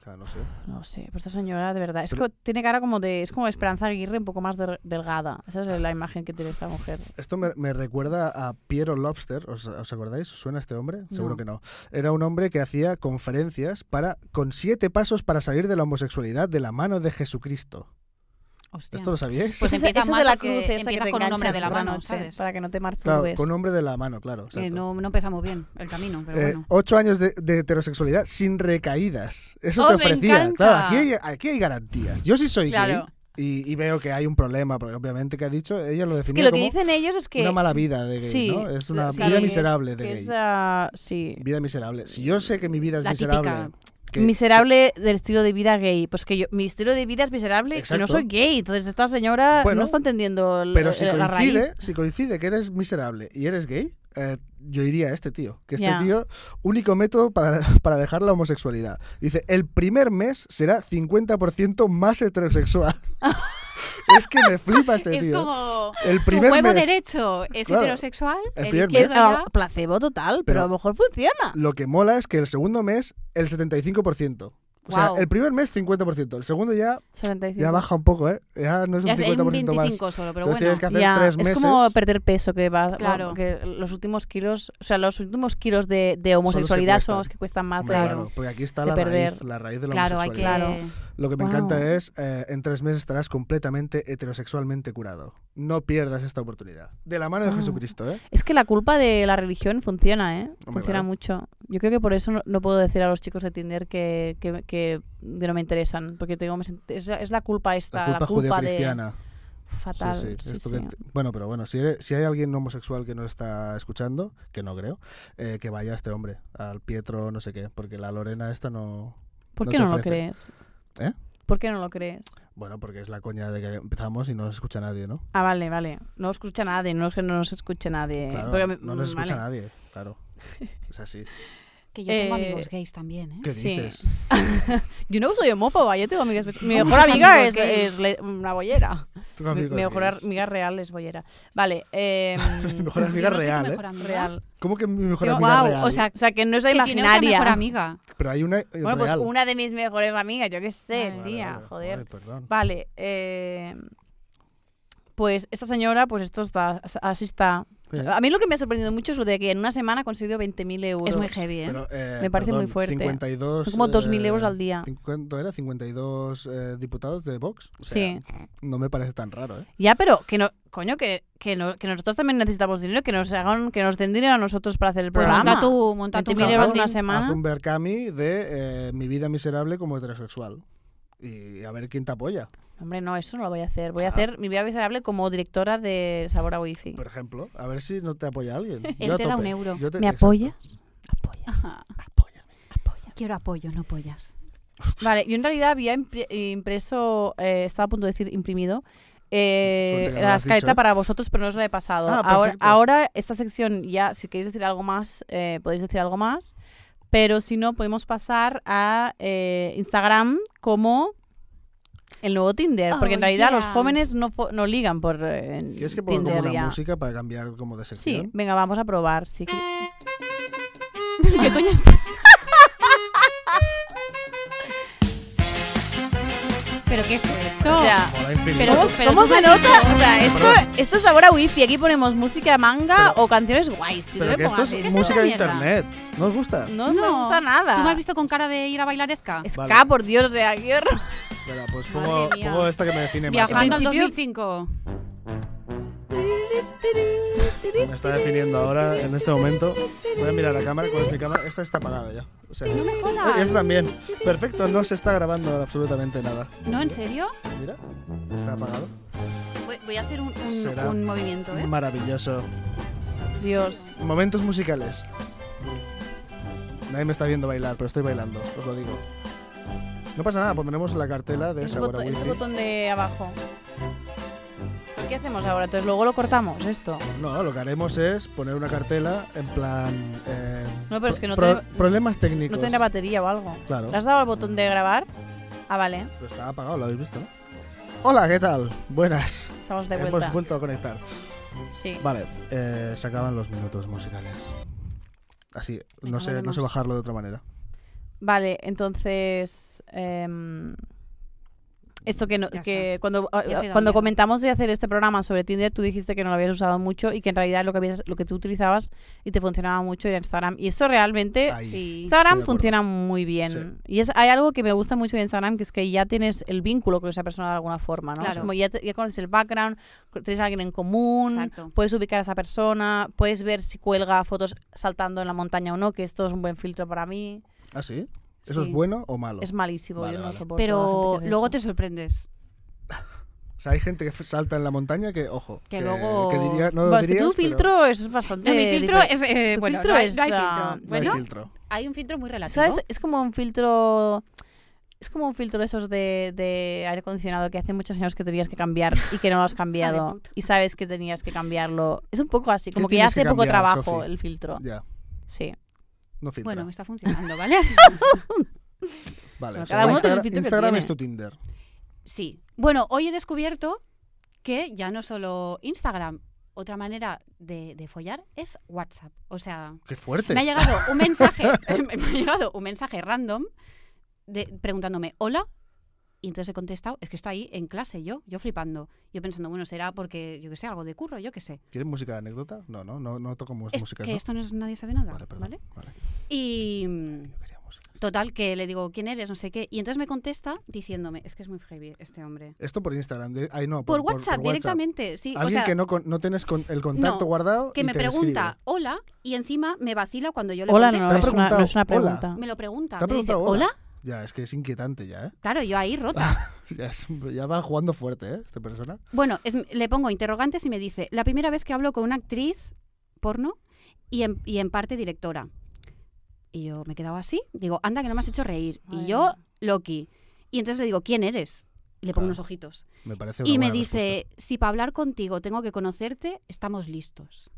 Speaker 3: Claro, no sé.
Speaker 1: No sé, pero esta señora de verdad. Es que tiene cara como de. Es como Esperanza Aguirre, un poco más de- delgada. Esa es la imagen que tiene esta mujer.
Speaker 2: Pues
Speaker 3: Esto me, me recuerda a Piero Lobster, ¿os, os acordáis? ¿Os suena este hombre? Seguro
Speaker 2: No.
Speaker 3: que no. Era un hombre que hacía conferencias para con siete pasos para salir de la homosexualidad de la mano de Jesucristo.
Speaker 2: Hostia.
Speaker 3: ¿Esto lo sabíais?
Speaker 2: Pues
Speaker 1: Esa-
Speaker 2: empieza
Speaker 1: esa
Speaker 2: mal
Speaker 1: de la
Speaker 2: porque
Speaker 1: cruz, esa que
Speaker 2: empieza
Speaker 1: te
Speaker 2: con un hombre
Speaker 1: enganchas
Speaker 2: de la
Speaker 1: por
Speaker 2: mano,
Speaker 1: noche
Speaker 2: ¿sabes?
Speaker 1: Para que no te marches.
Speaker 3: claro, con hombre de la mano, claro.
Speaker 2: Eh,
Speaker 3: exacto.
Speaker 2: no, no empezamos bien el camino, pero
Speaker 3: Eh,
Speaker 2: bueno.
Speaker 3: Ocho años de, de heterosexualidad sin recaídas. Eso
Speaker 2: ¡Oh,
Speaker 3: te
Speaker 2: me
Speaker 3: ofrecía.
Speaker 2: encanta!
Speaker 3: Claro, aquí hay, aquí hay garantías. Yo sí soy
Speaker 2: Claro.
Speaker 3: gay y, y veo que hay un problema, porque obviamente que ha dicho, ella lo
Speaker 1: Es que
Speaker 3: definía
Speaker 1: lo que
Speaker 3: como
Speaker 1: dicen ellos es que.
Speaker 3: una mala vida de gay,
Speaker 1: Sí,
Speaker 3: ¿no? Es una
Speaker 1: Sí,
Speaker 3: vida
Speaker 1: es-
Speaker 3: miserable de
Speaker 1: que
Speaker 3: gay.
Speaker 1: es, ah, sí.
Speaker 3: Vida miserable. Si yo sé que mi vida es
Speaker 2: La
Speaker 3: miserable.
Speaker 2: típica.
Speaker 3: que-
Speaker 1: Miserable del estilo de vida gay. Pues que yo, mi estilo de vida es miserable y
Speaker 3: Exacto.
Speaker 1: no soy gay. Entonces esta señora
Speaker 3: Bueno,
Speaker 1: no está entendiendo el-
Speaker 3: Pero si
Speaker 2: eh,
Speaker 1: el- la raíz.
Speaker 3: coincide, si coincide que eres miserable y eres gay, eh, yo iría a este tío. Que este
Speaker 1: Ya.
Speaker 3: tío, único método para, para dejar la homosexualidad. Dice, el primer mes será 50% más heterosexual. es que me flipa este
Speaker 2: es
Speaker 3: tío.
Speaker 2: como
Speaker 3: el
Speaker 2: tu
Speaker 3: primer
Speaker 2: huevo
Speaker 3: mes,
Speaker 2: derecho es
Speaker 3: Claro.
Speaker 2: heterosexual,
Speaker 3: El
Speaker 2: el,
Speaker 3: primer
Speaker 1: Que es
Speaker 2: izquierdo
Speaker 1: ah,
Speaker 2: ya-
Speaker 1: placebo total, pero,
Speaker 3: Pero-
Speaker 1: a lo mejor funciona.
Speaker 3: lo que mola es que el segundo mes, el 75%. O sea,
Speaker 2: Guau.
Speaker 3: el primer mes 50%, el segundo ya,
Speaker 1: 75.
Speaker 3: ya baja un poco, ¿eh? Ya no es un
Speaker 2: ya es un
Speaker 3: 50% más.
Speaker 2: 25 solo, pero
Speaker 3: Entonces tienes que
Speaker 2: bueno.
Speaker 3: hacer
Speaker 1: Ya,
Speaker 3: tres
Speaker 1: es
Speaker 3: meses.
Speaker 1: como perder peso que va
Speaker 2: Claro.
Speaker 1: que los últimos kilos, o sea, los últimos kilos de, de homosexualidad
Speaker 3: cuestan.
Speaker 1: son los que cuestan más.
Speaker 3: Hombre,
Speaker 1: de-
Speaker 3: claro, porque aquí está
Speaker 1: Ah, de
Speaker 3: la raíz,
Speaker 1: perder.
Speaker 3: la raíz de la
Speaker 2: Claro, hay que
Speaker 3: homosexualidad. Lo que me
Speaker 1: Wow.
Speaker 3: encanta es, eh, en tres meses estarás completamente heterosexualmente curado. No pierdas esta oportunidad. De la mano de
Speaker 1: Wow.
Speaker 3: Jesucristo, ¿eh?
Speaker 1: Es que la culpa de la religión funciona, ¿eh?
Speaker 3: Hombre,
Speaker 1: funciona
Speaker 3: claro.
Speaker 1: mucho. Yo creo que por eso no, no puedo decir a los chicos de Tinder que, que, que no me interesan, porque tengo me sent- es, es la culpa esta,
Speaker 3: La
Speaker 1: de...
Speaker 3: culpa judeocristiana.
Speaker 1: Fatal.
Speaker 3: Sí, sí,
Speaker 1: sí,
Speaker 3: esto
Speaker 1: sí.
Speaker 3: que te- Bueno, pero bueno, si, eres- si hay alguien homosexual que no está escuchando, que no creo, eh, que vaya este hombre, al Pietro no sé qué, porque la Lorena esta no...
Speaker 1: ¿Por
Speaker 3: no
Speaker 1: qué
Speaker 3: te
Speaker 1: no, lo
Speaker 3: ofrece.
Speaker 1: crees?
Speaker 3: ¿Eh?
Speaker 1: ¿Por qué no lo crees?
Speaker 3: Bueno, porque es la coña de que empezamos y no nos escucha nadie, ¿no?
Speaker 1: Ah, vale, vale. No os escucha nadie, no, es que no nos escuche nadie.
Speaker 3: Claro,
Speaker 1: Porque Eh, me-
Speaker 3: no nos
Speaker 1: vale.
Speaker 3: escucha nadie, claro. Es así.
Speaker 2: Que yo tengo
Speaker 1: Eh,
Speaker 2: amigos gays también, ¿eh?
Speaker 3: ¿Qué
Speaker 1: Sí.
Speaker 3: dices?
Speaker 1: Yo no soy homófoba, yo tengo amigas. Mi mejor
Speaker 2: muchos
Speaker 1: amiga es,
Speaker 2: amigos gays.
Speaker 1: es le- una bollera.
Speaker 3: Tengo
Speaker 1: Mi,
Speaker 3: amigos
Speaker 1: mi mejor ar-
Speaker 3: gays.
Speaker 1: amiga real es bollera. Vale, eh,
Speaker 3: Mi mejor
Speaker 2: Yo
Speaker 3: amiga
Speaker 2: no soy tu
Speaker 3: real,
Speaker 2: mejor
Speaker 3: ¿eh?
Speaker 2: amiga.
Speaker 1: real.
Speaker 3: ¿Cómo que mi mejor
Speaker 1: Yo-
Speaker 3: amiga
Speaker 2: Guau,
Speaker 3: real?
Speaker 2: o sea,
Speaker 1: O sea, que no es la
Speaker 2: que tiene otra
Speaker 1: imaginaria.
Speaker 2: mejor amiga.
Speaker 3: Pero hay una eh,
Speaker 1: Bueno, pues
Speaker 3: real.
Speaker 1: una de mis mejores amigas, yo qué sé,
Speaker 2: Vale,
Speaker 1: tía,
Speaker 3: vale,
Speaker 1: joder.
Speaker 3: vale, perdón.
Speaker 1: Vale, eh, pues esta señora, pues esto está, así está.
Speaker 3: Sí.
Speaker 1: A mí lo que me ha sorprendido mucho es lo de que en una semana ha conseguido 20.000 euros.
Speaker 2: Es muy heavy, ¿eh?
Speaker 3: Pero, eh,
Speaker 1: Me parece muy
Speaker 3: perdón,
Speaker 1: fuerte.
Speaker 3: 52,
Speaker 1: Son como 2.000
Speaker 3: eh,
Speaker 1: euros al día.
Speaker 3: cincu- ¿Cuánto era? ¿52 eh, diputados de Vox? O sea,
Speaker 1: Sí.
Speaker 3: No me parece tan raro, ¿eh?
Speaker 1: Ya, pero que no, coño, que, que, no- que nosotros también necesitamos dinero, que nos hagan, que nos den dinero a nosotros para hacer el
Speaker 2: Pues
Speaker 1: programa.
Speaker 2: monta tu, monta tu
Speaker 1: 20.000
Speaker 2: crowdfunding.
Speaker 1: euros una
Speaker 3: Haz
Speaker 1: semana.
Speaker 3: un Berkami de eh, mi vida miserable como heterosexual. Y a ver quién te apoya,
Speaker 1: Hombre, no, eso no lo voy a hacer.
Speaker 3: Ah.
Speaker 1: Voy a hacer mi vida miserable como directora de Sabor a Wifi.
Speaker 3: por ejemplo. A ver si no te apoya alguien.
Speaker 2: Él
Speaker 3: Yo a
Speaker 2: te da un
Speaker 3: tope.
Speaker 2: euro.
Speaker 3: Yo te-
Speaker 1: ¿Me
Speaker 3: exacto.
Speaker 1: apoyas? Apoya,
Speaker 2: Ajá.
Speaker 1: apoya, apoya.
Speaker 2: Quiero apoyo, no pollas.
Speaker 1: Vale, yo en realidad había impre- impreso, eh, estaba a punto de decir imprimido, eh,
Speaker 3: Suerte que no lo
Speaker 1: la
Speaker 3: has dicho,
Speaker 1: escaleta
Speaker 3: ¿eh?
Speaker 1: para vosotros, pero no os la he pasado.
Speaker 3: Ah,
Speaker 1: ahora,
Speaker 3: perfecto.
Speaker 1: ahora esta sección ya, si queréis decir algo más, eh, podéis decir algo más. Pero si no, podemos pasar a eh, Instagram como el nuevo Tinder. porque en
Speaker 2: Oh,
Speaker 1: realidad
Speaker 2: yeah.
Speaker 1: los jóvenes no, fo- no ligan por eh, en
Speaker 3: ¿Quieres que ponga
Speaker 1: Tinder
Speaker 3: como una
Speaker 1: ya.
Speaker 3: música para cambiar como de sección?
Speaker 1: Sí, venga, vamos a probar. Sí, que-
Speaker 2: ¿Qué coño es esto? ¿Pero qué es esto?
Speaker 1: O sea,
Speaker 3: Mola infinito.
Speaker 2: Pero-
Speaker 1: ¿Cómo,
Speaker 2: pero
Speaker 1: cómo
Speaker 2: tú
Speaker 1: se
Speaker 2: ves-
Speaker 1: nota? O sea,
Speaker 3: Perdón.
Speaker 1: esto, esto es ahora wifi. Aquí ponemos música manga o canciones guays. tío,
Speaker 3: Pero
Speaker 1: no
Speaker 3: que
Speaker 1: me
Speaker 3: esto
Speaker 1: pongas
Speaker 3: es
Speaker 1: eso.
Speaker 3: música de
Speaker 2: mierda? Mm.
Speaker 3: internet. ¿No os gusta?
Speaker 1: No, no me
Speaker 2: No.
Speaker 1: gusta nada.
Speaker 2: ¿Tú me has visto con cara de ir a bailar esca?
Speaker 1: Es
Speaker 3: Vale.
Speaker 1: K, por Dios, o sea, qué horror.
Speaker 3: Espera, pues pongo,
Speaker 2: Madre mía.
Speaker 3: pongo esta que me define más.
Speaker 2: Viajando al
Speaker 1: En principio-
Speaker 2: 2005.
Speaker 3: Me está definiendo ahora, en este momento. Voy a mirar la cámara, ¿cuál es mi cámara? Esta está apagada ya. O sea,
Speaker 2: No me
Speaker 3: Eh,
Speaker 2: jodas.
Speaker 3: esta también. Perfecto, no se está grabando absolutamente nada.
Speaker 2: ¿No, en serio?
Speaker 3: Mira, está apagado.
Speaker 2: Voy- Voy a hacer un, un-
Speaker 3: Será.
Speaker 2: un movimiento, ¿eh?
Speaker 3: Maravilloso.
Speaker 1: Dios.
Speaker 3: Momentos musicales. Nadie me está viendo bailar, pero estoy bailando, os lo digo. No pasa nada, pondremos la cartela de
Speaker 1: Es el,
Speaker 3: Sabor a
Speaker 1: botón, es el
Speaker 3: Wifi.
Speaker 1: botón de abajo. ¿Qué hacemos ahora? Entonces luego lo cortamos, esto.
Speaker 3: No, lo que haremos es poner una cartela en plan. eh,
Speaker 1: No, pero es que no tiene-
Speaker 3: Problemas técnicos.
Speaker 1: No tendrá batería o algo.
Speaker 3: Claro.
Speaker 1: ¿Le has dado al botón
Speaker 3: Mm.
Speaker 1: de grabar? Ah, vale.
Speaker 3: Pero estaba apagado, lo habéis visto, ¿no? Hola, ¿qué tal? Buenas.
Speaker 1: Estamos de vuelta.
Speaker 3: Hemos vuelto a conectar.
Speaker 1: Sí.
Speaker 3: Vale, eh, se acaban los minutos musicales. Así,
Speaker 2: Venga,
Speaker 3: no sé, no sé
Speaker 2: volvemos.
Speaker 3: bajarlo de otra manera.
Speaker 1: Vale, entonces. em, esto que, no-
Speaker 2: Ya
Speaker 1: que cuando, a-
Speaker 2: Ya sé
Speaker 1: cuando
Speaker 2: dónde.
Speaker 1: comentamos de hacer este programa sobre Tinder, tú dijiste que no lo habías usado mucho y que en realidad lo que, habías- lo que tú utilizabas y te funcionaba mucho era Instagram. Y esto realmente.
Speaker 3: Ahí.
Speaker 2: Sí.
Speaker 3: Estoy de
Speaker 1: Instagram
Speaker 3: acuerdo.
Speaker 1: funciona muy bien. Y es, hay algo que me gusta mucho de Instagram, que es que ya tienes el vínculo con esa persona de alguna forma, ¿no? Es
Speaker 2: Claro.
Speaker 1: como ya, te- ya conoces el background, tienes a alguien en común,
Speaker 2: Exacto.
Speaker 1: puedes ubicar a esa persona, puedes ver si cuelga fotos saltando en la montaña o no, que esto es un buen filtro para mí.
Speaker 3: ¿Ah, sí? ¿Eso
Speaker 2: Sí.
Speaker 3: es bueno o malo?
Speaker 1: Es malísimo,
Speaker 3: Vale,
Speaker 1: yo no
Speaker 3: vale.
Speaker 1: soporto a la gente que
Speaker 2: Pero
Speaker 1: hace
Speaker 2: luego
Speaker 1: eso.
Speaker 2: te sorprendes.
Speaker 3: O sea, hay gente que f- salta en la montaña que, ojo,
Speaker 2: Que luego-
Speaker 3: que diría, no lo
Speaker 1: Bueno, es que
Speaker 3: dirías,
Speaker 1: tu
Speaker 3: pero
Speaker 1: filtro es bastante...
Speaker 2: No, mi filtro
Speaker 1: diferente.
Speaker 2: es. eh,
Speaker 1: Tu
Speaker 2: bueno,
Speaker 1: filtro
Speaker 2: no hay,
Speaker 1: es,
Speaker 2: no hay
Speaker 1: ah,
Speaker 2: filtro.
Speaker 3: no hay
Speaker 2: Bueno,
Speaker 3: filtro.
Speaker 2: hay un filtro muy relativo.
Speaker 1: ¿Sabes? Es como un filtro... Es como un filtro de esos de, de aire acondicionado que hace muchos años que tenías que cambiar y que no lo has cambiado.
Speaker 2: puta.
Speaker 1: y sabes que tenías que cambiarlo. Es un poco así,
Speaker 3: ¿Qué
Speaker 1: como que ya
Speaker 3: tienes
Speaker 1: hace
Speaker 3: que
Speaker 1: poco
Speaker 3: cambiar,
Speaker 1: trabajo
Speaker 3: Sofi?
Speaker 1: el filtro.
Speaker 3: Ya,
Speaker 1: Sí.
Speaker 3: no filtra.
Speaker 2: Bueno, me está funcionando, ¿vale?
Speaker 3: vale,
Speaker 1: bueno,
Speaker 3: o sea,
Speaker 1: cada uno tiene el filtro
Speaker 3: Instagram,
Speaker 1: que
Speaker 3: Instagram
Speaker 1: tiene.
Speaker 3: es tu Tinder.
Speaker 2: Sí. Bueno, hoy he descubierto que ya no solo Instagram, otra manera de, de follar es WhatsApp. O sea,
Speaker 3: ¡Qué fuerte!
Speaker 2: me ha llegado un mensaje, me ha llegado un mensaje random de, preguntándome, hola. Y entonces he contestado, es que estoy ahí en clase yo, yo flipando. Yo pensando, bueno, será porque, yo qué sé, algo de curro, yo qué sé.
Speaker 3: ¿Quieres música de anécdota? No, no, no, no toco mu-
Speaker 2: Es
Speaker 3: Pues música.
Speaker 2: que
Speaker 3: ¿no?
Speaker 2: esto no es nadie sabe nada,
Speaker 3: Vale, perdón.
Speaker 2: ¿vale?
Speaker 3: Vale.
Speaker 2: Y mm,
Speaker 3: Yo quería música.
Speaker 2: total, que le digo, ¿quién eres? No sé qué. Y entonces me contesta diciéndome, es que es muy heavy este hombre.
Speaker 3: Esto por Instagram. de- Ay, no,
Speaker 2: Por,
Speaker 3: por, por- por
Speaker 2: WhatsApp, directamente, sí.
Speaker 3: Alguien
Speaker 2: o sea,
Speaker 3: que no, con- no tienes con- el contacto
Speaker 2: No,
Speaker 3: guardado.
Speaker 2: que
Speaker 3: y
Speaker 2: me
Speaker 3: te
Speaker 2: pregunta
Speaker 3: escribe.
Speaker 2: hola y encima me vacila cuando yo le
Speaker 1: Hola, no,
Speaker 2: contesto.
Speaker 1: es una, no es una
Speaker 3: preguntado, hola.
Speaker 1: pregunta.
Speaker 2: Me lo pregunta.
Speaker 3: ¿Te ha
Speaker 2: me dice,
Speaker 3: preguntado hola?
Speaker 2: hola?
Speaker 3: Ya, es que es inquietante ya, ¿eh?
Speaker 2: Claro, yo ahí rota.
Speaker 3: Ya, es- ya va jugando fuerte, ¿eh? Esta persona.
Speaker 2: bueno, es- le pongo interrogantes y me dice, la primera vez que hablo con una actriz porno y en, y en parte directora. Y yo me he quedado así, digo, anda que no me has hecho reír.
Speaker 1: Madre
Speaker 2: Y yo,
Speaker 1: mía.
Speaker 2: Loki. Y entonces le digo, ¿quién eres? Y le pongo
Speaker 3: Claro.
Speaker 2: unos ojitos.
Speaker 3: Me parece una
Speaker 2: Y me
Speaker 3: buena
Speaker 2: dice, si para hablar contigo tengo que conocerte, estamos listos.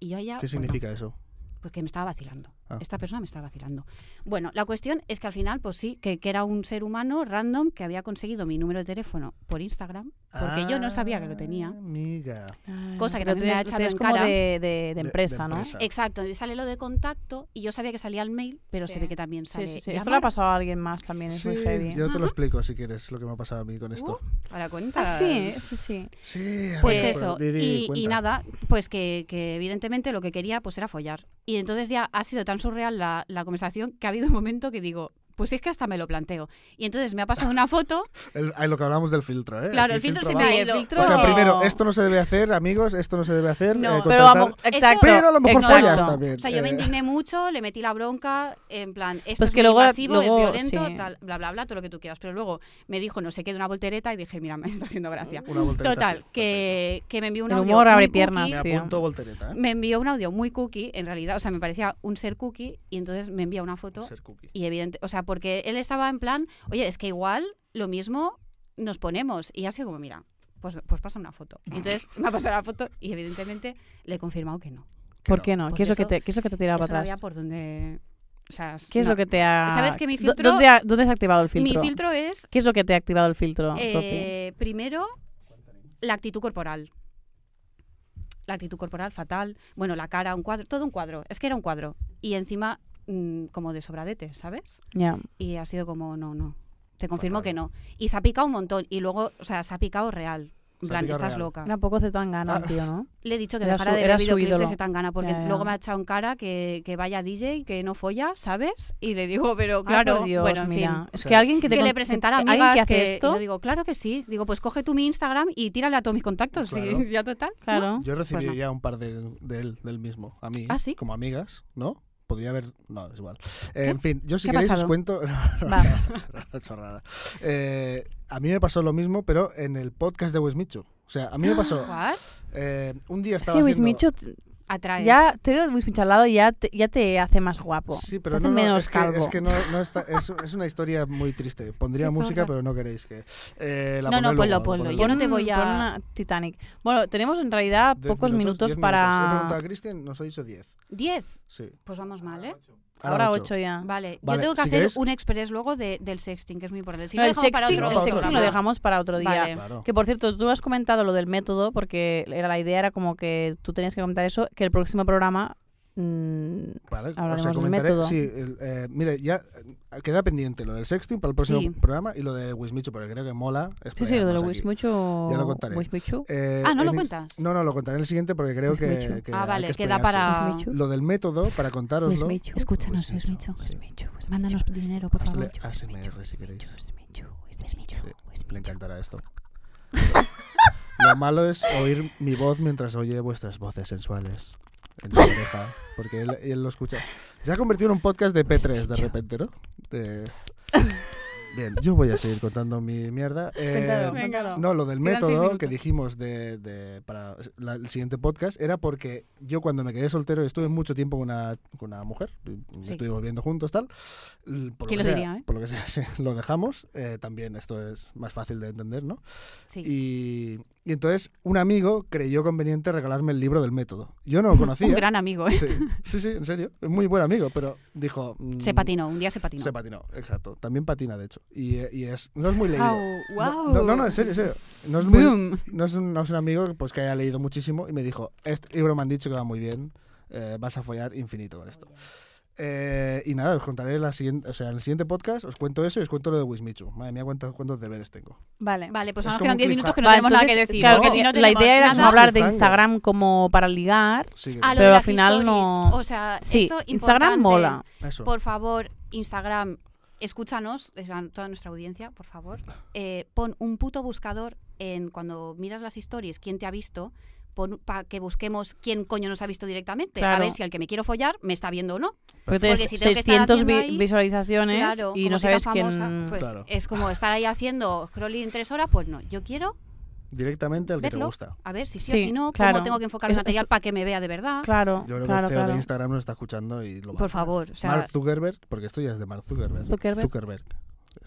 Speaker 2: Y yo ya...
Speaker 3: respuesta. ¿Qué
Speaker 2: "Ah, bueno,
Speaker 3: significa eso?
Speaker 2: porque me estaba vacilando.
Speaker 3: Ah.
Speaker 2: Esta persona me estaba vacilando. Bueno, la cuestión es que al final, pues sí, que, que era un ser humano random que había conseguido mi número de teléfono por Instagram, porque yo no sabía que lo tenía.
Speaker 3: Ah, Amiga.
Speaker 1: Ay,
Speaker 2: Cosa que
Speaker 1: pero
Speaker 2: también me ha
Speaker 1: tú eres- tú
Speaker 2: echado
Speaker 1: eres
Speaker 2: en
Speaker 1: como
Speaker 2: cara.
Speaker 1: de, de- de empresa, ¿no?
Speaker 3: empresa.
Speaker 2: Exacto, y sale lo de contacto y yo sabía que salía el mail, pero
Speaker 1: Sí.
Speaker 2: se ve que también
Speaker 1: Sí,
Speaker 2: sale.
Speaker 1: sí, sí.
Speaker 2: llamar.
Speaker 1: Esto le ha pasado a alguien más también, es muy
Speaker 3: Sí,
Speaker 1: heavy.
Speaker 3: yo
Speaker 2: ¿eh?
Speaker 3: te lo
Speaker 2: Ajá.
Speaker 3: explico si quieres lo que me ha pasado a mí con esto.
Speaker 2: Ahora cuenta.
Speaker 1: Ah, sí, sí, sí.
Speaker 3: Sí, a
Speaker 2: Pues
Speaker 3: ver,
Speaker 2: eso,
Speaker 3: pero di- di
Speaker 2: y- y,
Speaker 3: cuenta.
Speaker 2: nada, pues que, que evidentemente lo que quería pues era follar. Y entonces ya ha sido tan surreal la, la conversación que ha habido un momento que digo, pues es que hasta me lo planteo. Y entonces me ha pasado una foto
Speaker 3: El- ay, lo que hablamos del filtro, ¿eh?
Speaker 2: Claro,
Speaker 3: Aquí
Speaker 2: el filtro se
Speaker 1: Sí,
Speaker 2: me
Speaker 3: va.
Speaker 2: ha
Speaker 1: el
Speaker 2: ido.
Speaker 1: filtro-
Speaker 3: O sea, primero, esto no se debe hacer, amigos, esto no se debe hacer.
Speaker 2: No,
Speaker 3: eh,
Speaker 1: Pero
Speaker 3: contratar-
Speaker 1: vamos, exacto.
Speaker 3: pero a lo mejor
Speaker 1: exacto.
Speaker 3: follas también.
Speaker 2: O sea, yo me
Speaker 3: eh,
Speaker 2: indigné mucho, le metí la bronca, en plan, esto
Speaker 1: Pues
Speaker 2: es
Speaker 1: que
Speaker 2: muy
Speaker 1: luego-
Speaker 2: invasivo,
Speaker 1: luego,
Speaker 2: es violento,
Speaker 1: sí.
Speaker 2: tal, bla, bla, bla, todo lo que tú quieras. Pero luego me dijo, no sé qué, de una voltereta y dije, mira, me está haciendo gracia.
Speaker 3: Una voltereta,
Speaker 2: Total,
Speaker 3: sí,
Speaker 2: que, que me envió un
Speaker 1: El
Speaker 2: audio
Speaker 1: humor abre
Speaker 2: muy cookie,
Speaker 1: piernas.
Speaker 3: perfecto. Me apunto voltereta, ¿eh?
Speaker 2: Me envió un audio muy cookie, en realidad, o sea, me parecía un ser cookie y entonces me envía una foto
Speaker 3: Ser cookie.
Speaker 2: y evidente, o sea, porque él estaba en plan, oye, es que igual lo mismo nos ponemos y así como, mira, pues, pues pasa una foto. Entonces me ha pasado la foto y evidentemente le he confirmado que no.
Speaker 1: ¿Por qué no?
Speaker 2: Porque
Speaker 1: ¿Qué es lo que
Speaker 2: eso-
Speaker 1: te, qué es lo que te tiraba
Speaker 2: Yo solo
Speaker 1: para
Speaker 2: había
Speaker 1: atrás?
Speaker 2: por dónde. O sea,
Speaker 1: ¿Qué es
Speaker 2: no.
Speaker 1: lo que te ha...
Speaker 2: ¿Sabes que mi
Speaker 1: ¿Dó-
Speaker 2: filtro-
Speaker 1: ¿Dónde, ha- dónde has activado el filtro?
Speaker 2: Mi filtro es,
Speaker 1: ¿Qué es lo que te ha activado el filtro, Sofi?
Speaker 2: eh, primero, la actitud corporal. La actitud corporal fatal. Bueno, la cara, un cuadro, todo un cuadro. Es que era un cuadro. Y encima, mm, como de sobradete, ¿sabes?
Speaker 1: Ya.
Speaker 2: Y ha sido como, no, no. Te confirmo
Speaker 3: Fatal.
Speaker 2: que no. Y se ha picado un montón. Y luego, o sea, se ha picado real. En
Speaker 3: Se ha
Speaker 2: plan,
Speaker 3: picado
Speaker 2: estás
Speaker 3: real.
Speaker 2: loca.
Speaker 1: Era un poco Zetangana,
Speaker 3: Ah.
Speaker 1: el tío, ¿no?
Speaker 2: Le he dicho que
Speaker 1: Era
Speaker 2: dejara
Speaker 1: su-
Speaker 2: de
Speaker 1: era
Speaker 2: ver
Speaker 1: su
Speaker 2: videoclips de
Speaker 1: ídolo.
Speaker 2: Zetangana porque
Speaker 1: Ya, ya.
Speaker 2: luego me ha echado en cara que, que vaya DJ, que no folla, ¿sabes? Y le digo, pero
Speaker 1: Ah,
Speaker 2: claro,
Speaker 1: por Dios,
Speaker 2: bueno, en
Speaker 1: mira.
Speaker 2: fin.
Speaker 1: Es
Speaker 3: O
Speaker 1: que
Speaker 3: sea,
Speaker 1: alguien que te
Speaker 2: que le
Speaker 1: con-
Speaker 2: presentara
Speaker 1: alguien
Speaker 2: amigas
Speaker 1: que hace
Speaker 2: que- y
Speaker 1: esto,
Speaker 2: yo digo, claro que sí. Digo, pues coge tú mi Instagram y tírale a todos mis contactos. y
Speaker 3: Claro.
Speaker 2: ya total. ¿no?
Speaker 1: claro.
Speaker 3: Yo recibí
Speaker 2: Pues no.
Speaker 3: ya un par de, de él, del mismo, a mí,
Speaker 2: ¿Ah, sí?
Speaker 3: como amigas, ¿no? Podría haber... No, es igual. Eh, en fin, yo si
Speaker 2: ¿Qué ha
Speaker 3: queréis os
Speaker 2: pasado?
Speaker 3: cuento...
Speaker 1: Va.
Speaker 3: Una chorrada. Eh, a mí me pasó lo mismo, pero en el podcast de Wismichu. O sea, a mí me pasó...
Speaker 2: What?
Speaker 3: eh, un día
Speaker 1: Es
Speaker 3: estaba
Speaker 1: que Luis
Speaker 3: haciendo...
Speaker 1: Micho,
Speaker 2: Atrae.
Speaker 1: ya tener a Luis Micho al lado ya te, ya te hace más guapo.
Speaker 3: Sí, pero
Speaker 1: te hace
Speaker 3: no, no,
Speaker 1: menos
Speaker 3: es que,
Speaker 1: calvo.
Speaker 3: es que no, no está, es, es una historia muy triste. Pondría
Speaker 1: Qué
Speaker 3: música,
Speaker 1: zorra.
Speaker 3: pero no queréis que... eh, la
Speaker 2: No, no, ponlo,
Speaker 3: pondré luego, la
Speaker 2: ponlo,
Speaker 3: pondré
Speaker 2: yo
Speaker 1: Pon-
Speaker 2: no
Speaker 3: luego.
Speaker 2: te voy a-
Speaker 1: pon una Titanic. Bueno, tenemos en realidad
Speaker 3: Diez
Speaker 1: pocos minutos,
Speaker 3: diez He preguntado a
Speaker 1: para...
Speaker 3: Cristian, nos ha dicho 10.
Speaker 2: Diez.
Speaker 3: Sí.
Speaker 2: Pues vamos mal, ¿eh?
Speaker 1: Ahora
Speaker 3: ocho.
Speaker 1: ocho ya.
Speaker 2: Vale.
Speaker 3: Vale,
Speaker 2: Yo tengo que
Speaker 3: si
Speaker 2: hacer
Speaker 3: queréis-
Speaker 2: un express luego de- del sexting, que es muy importante. Si
Speaker 1: No,
Speaker 2: lo
Speaker 1: el
Speaker 2: dejamos para
Speaker 1: sexting,
Speaker 2: otro,
Speaker 1: el
Speaker 3: para otro
Speaker 1: sexting lo
Speaker 2: programa.
Speaker 1: dejamos para otro día.
Speaker 2: Vale.
Speaker 3: Claro.
Speaker 1: Que por cierto, tú has comentado lo del método, porque era la idea era como que tú tenías que comentar eso, que el próximo programa mm,
Speaker 3: Vale, o
Speaker 1: Hablaremos
Speaker 3: sea,
Speaker 1: del
Speaker 3: comentaré.
Speaker 1: método.
Speaker 3: Sí, el- eh, mire, ya eh, queda pendiente lo del sexting para el próximo
Speaker 2: Sí.
Speaker 3: programa y lo de Wismichu, porque creo que mola.
Speaker 1: sí, sí, lo de
Speaker 3: explayarnos
Speaker 1: lo
Speaker 3: aquí.
Speaker 1: Wismucho.
Speaker 3: Ya lo contaré.
Speaker 1: Wismucho.
Speaker 3: Eh,
Speaker 2: Ah, ¿no lo
Speaker 3: en-
Speaker 2: cuentas?
Speaker 3: No, no, lo contaré en el siguiente porque creo que,
Speaker 1: Wismichu.
Speaker 3: que.
Speaker 2: ah,
Speaker 3: hay
Speaker 2: vale,
Speaker 3: que
Speaker 2: queda
Speaker 3: explayarse.
Speaker 2: para...
Speaker 1: Wismichu.
Speaker 3: Lo del método, para contároslo.
Speaker 1: Wismichu.
Speaker 2: Escúchanos,
Speaker 3: Pues
Speaker 2: es
Speaker 3: Micho,
Speaker 2: Micho.
Speaker 3: sí.
Speaker 2: Mándanos dinero, por favor.
Speaker 3: Hazle ASMR si queréis.
Speaker 2: este
Speaker 3: Le encantará esto. Lo malo es oír mi voz mientras oye vuestras voces sensuales en su oreja, porque él, él lo escucha. Se ha convertido en un podcast
Speaker 2: Este
Speaker 3: de P3 de repente, ¿no? De- Bien, yo voy a seguir contando mi mierda. Eh,
Speaker 1: Cuéntalo.
Speaker 3: no, lo del
Speaker 2: Quedan seis
Speaker 3: método que
Speaker 2: minutos.
Speaker 3: dijimos de, de- para la- el siguiente podcast era porque yo cuando me quedé soltero y estuve mucho tiempo con una, con una mujer,
Speaker 2: Sí.
Speaker 3: estuvimos viendo juntos, tal. l- Por
Speaker 2: ¿Quién lo
Speaker 3: que sea-
Speaker 2: diría, eh?
Speaker 3: Por lo que sea, sí, lo dejamos. eh, también esto es más fácil de entender, ¿no?
Speaker 2: Sí.
Speaker 3: Y, y entonces un amigo creyó conveniente regalarme el libro del método. Yo no lo
Speaker 2: Un
Speaker 3: conocía.
Speaker 2: gran amigo, ¿eh?
Speaker 3: sí, sí, sí, en serio. Es muy buen amigo, pero dijo... mm,
Speaker 2: Se patinó, un día se patinó.
Speaker 3: Se patinó, exacto. También patina, de hecho. Y, eh, y es, no es muy leído.
Speaker 2: Au,
Speaker 3: No-
Speaker 2: Ah, guau.
Speaker 3: No, no, no, en serio, en serio. No es, muy-
Speaker 2: Boom.
Speaker 3: no es un, no es un amigo pues, que haya leído muchísimo y me dijo, este libro me han dicho que va muy bien, eh, vas a follar infinito con esto. Eh, y nada, os contaré la siguiente, o sea, en el siguiente podcast, os cuento eso y os cuento lo de Wismichu. Madre mía, cuántos, cuántos deberes tengo.
Speaker 1: Vale.
Speaker 2: Vale, pues
Speaker 3: Es
Speaker 2: nos
Speaker 3: como un
Speaker 2: quedan 10 minutos que no
Speaker 1: Vale,
Speaker 2: tenemos nada que
Speaker 1: entonces,
Speaker 2: decir.
Speaker 1: Claro que
Speaker 2: porque
Speaker 3: No.
Speaker 1: sí,
Speaker 2: si no
Speaker 1: la
Speaker 2: tenemos
Speaker 1: idea era como
Speaker 2: nada-
Speaker 1: hablar de
Speaker 3: Cliffhanger.
Speaker 1: Instagram como para ligar.
Speaker 3: Sí, que
Speaker 2: Ah, lo
Speaker 1: pero
Speaker 2: de
Speaker 1: al
Speaker 2: las
Speaker 1: final
Speaker 2: stories.
Speaker 1: no-
Speaker 2: O sea,
Speaker 1: Sí,
Speaker 2: esto
Speaker 1: Instagram
Speaker 2: importante.
Speaker 1: mola.
Speaker 3: eso.
Speaker 2: Por favor, Instagram, escúchanos, es a toda nuestra audiencia, por favor. Eh, pon un puto buscador en cuando miras las historias, quién te ha visto, para que busquemos quién coño nos ha visto directamente. A
Speaker 1: Claro.
Speaker 2: ver si al que me quiero follar me está viendo o no.
Speaker 1: Porque tienes
Speaker 2: si tengo que estar
Speaker 1: 600 Pues vi-
Speaker 2: haciendo ahí-
Speaker 1: visualizaciones
Speaker 2: Claro,
Speaker 1: y
Speaker 2: como
Speaker 1: no
Speaker 2: soy tan
Speaker 1: sabes quién.
Speaker 2: famosa, Pues
Speaker 3: Claro.
Speaker 2: es como estar ahí haciendo scrolling tres horas, pues no. Yo quiero
Speaker 3: Directamente al que te
Speaker 2: verlo.
Speaker 3: gusta.
Speaker 2: a ver si
Speaker 1: Sí,
Speaker 2: sí, o si no,
Speaker 1: claro.
Speaker 2: cómo tengo que enfocar
Speaker 1: Es-
Speaker 2: el
Speaker 1: es-
Speaker 2: material para que me vea de verdad.
Speaker 1: Claro,
Speaker 3: Yo creo que
Speaker 1: claro,
Speaker 3: el CEO de
Speaker 1: claro.
Speaker 3: Instagram nos está escuchando y lo va.
Speaker 2: Por favor, o sea,
Speaker 3: Mark Zuckerberg, porque esto ya es de Mark Zuckerberg.
Speaker 1: Zuckerberg.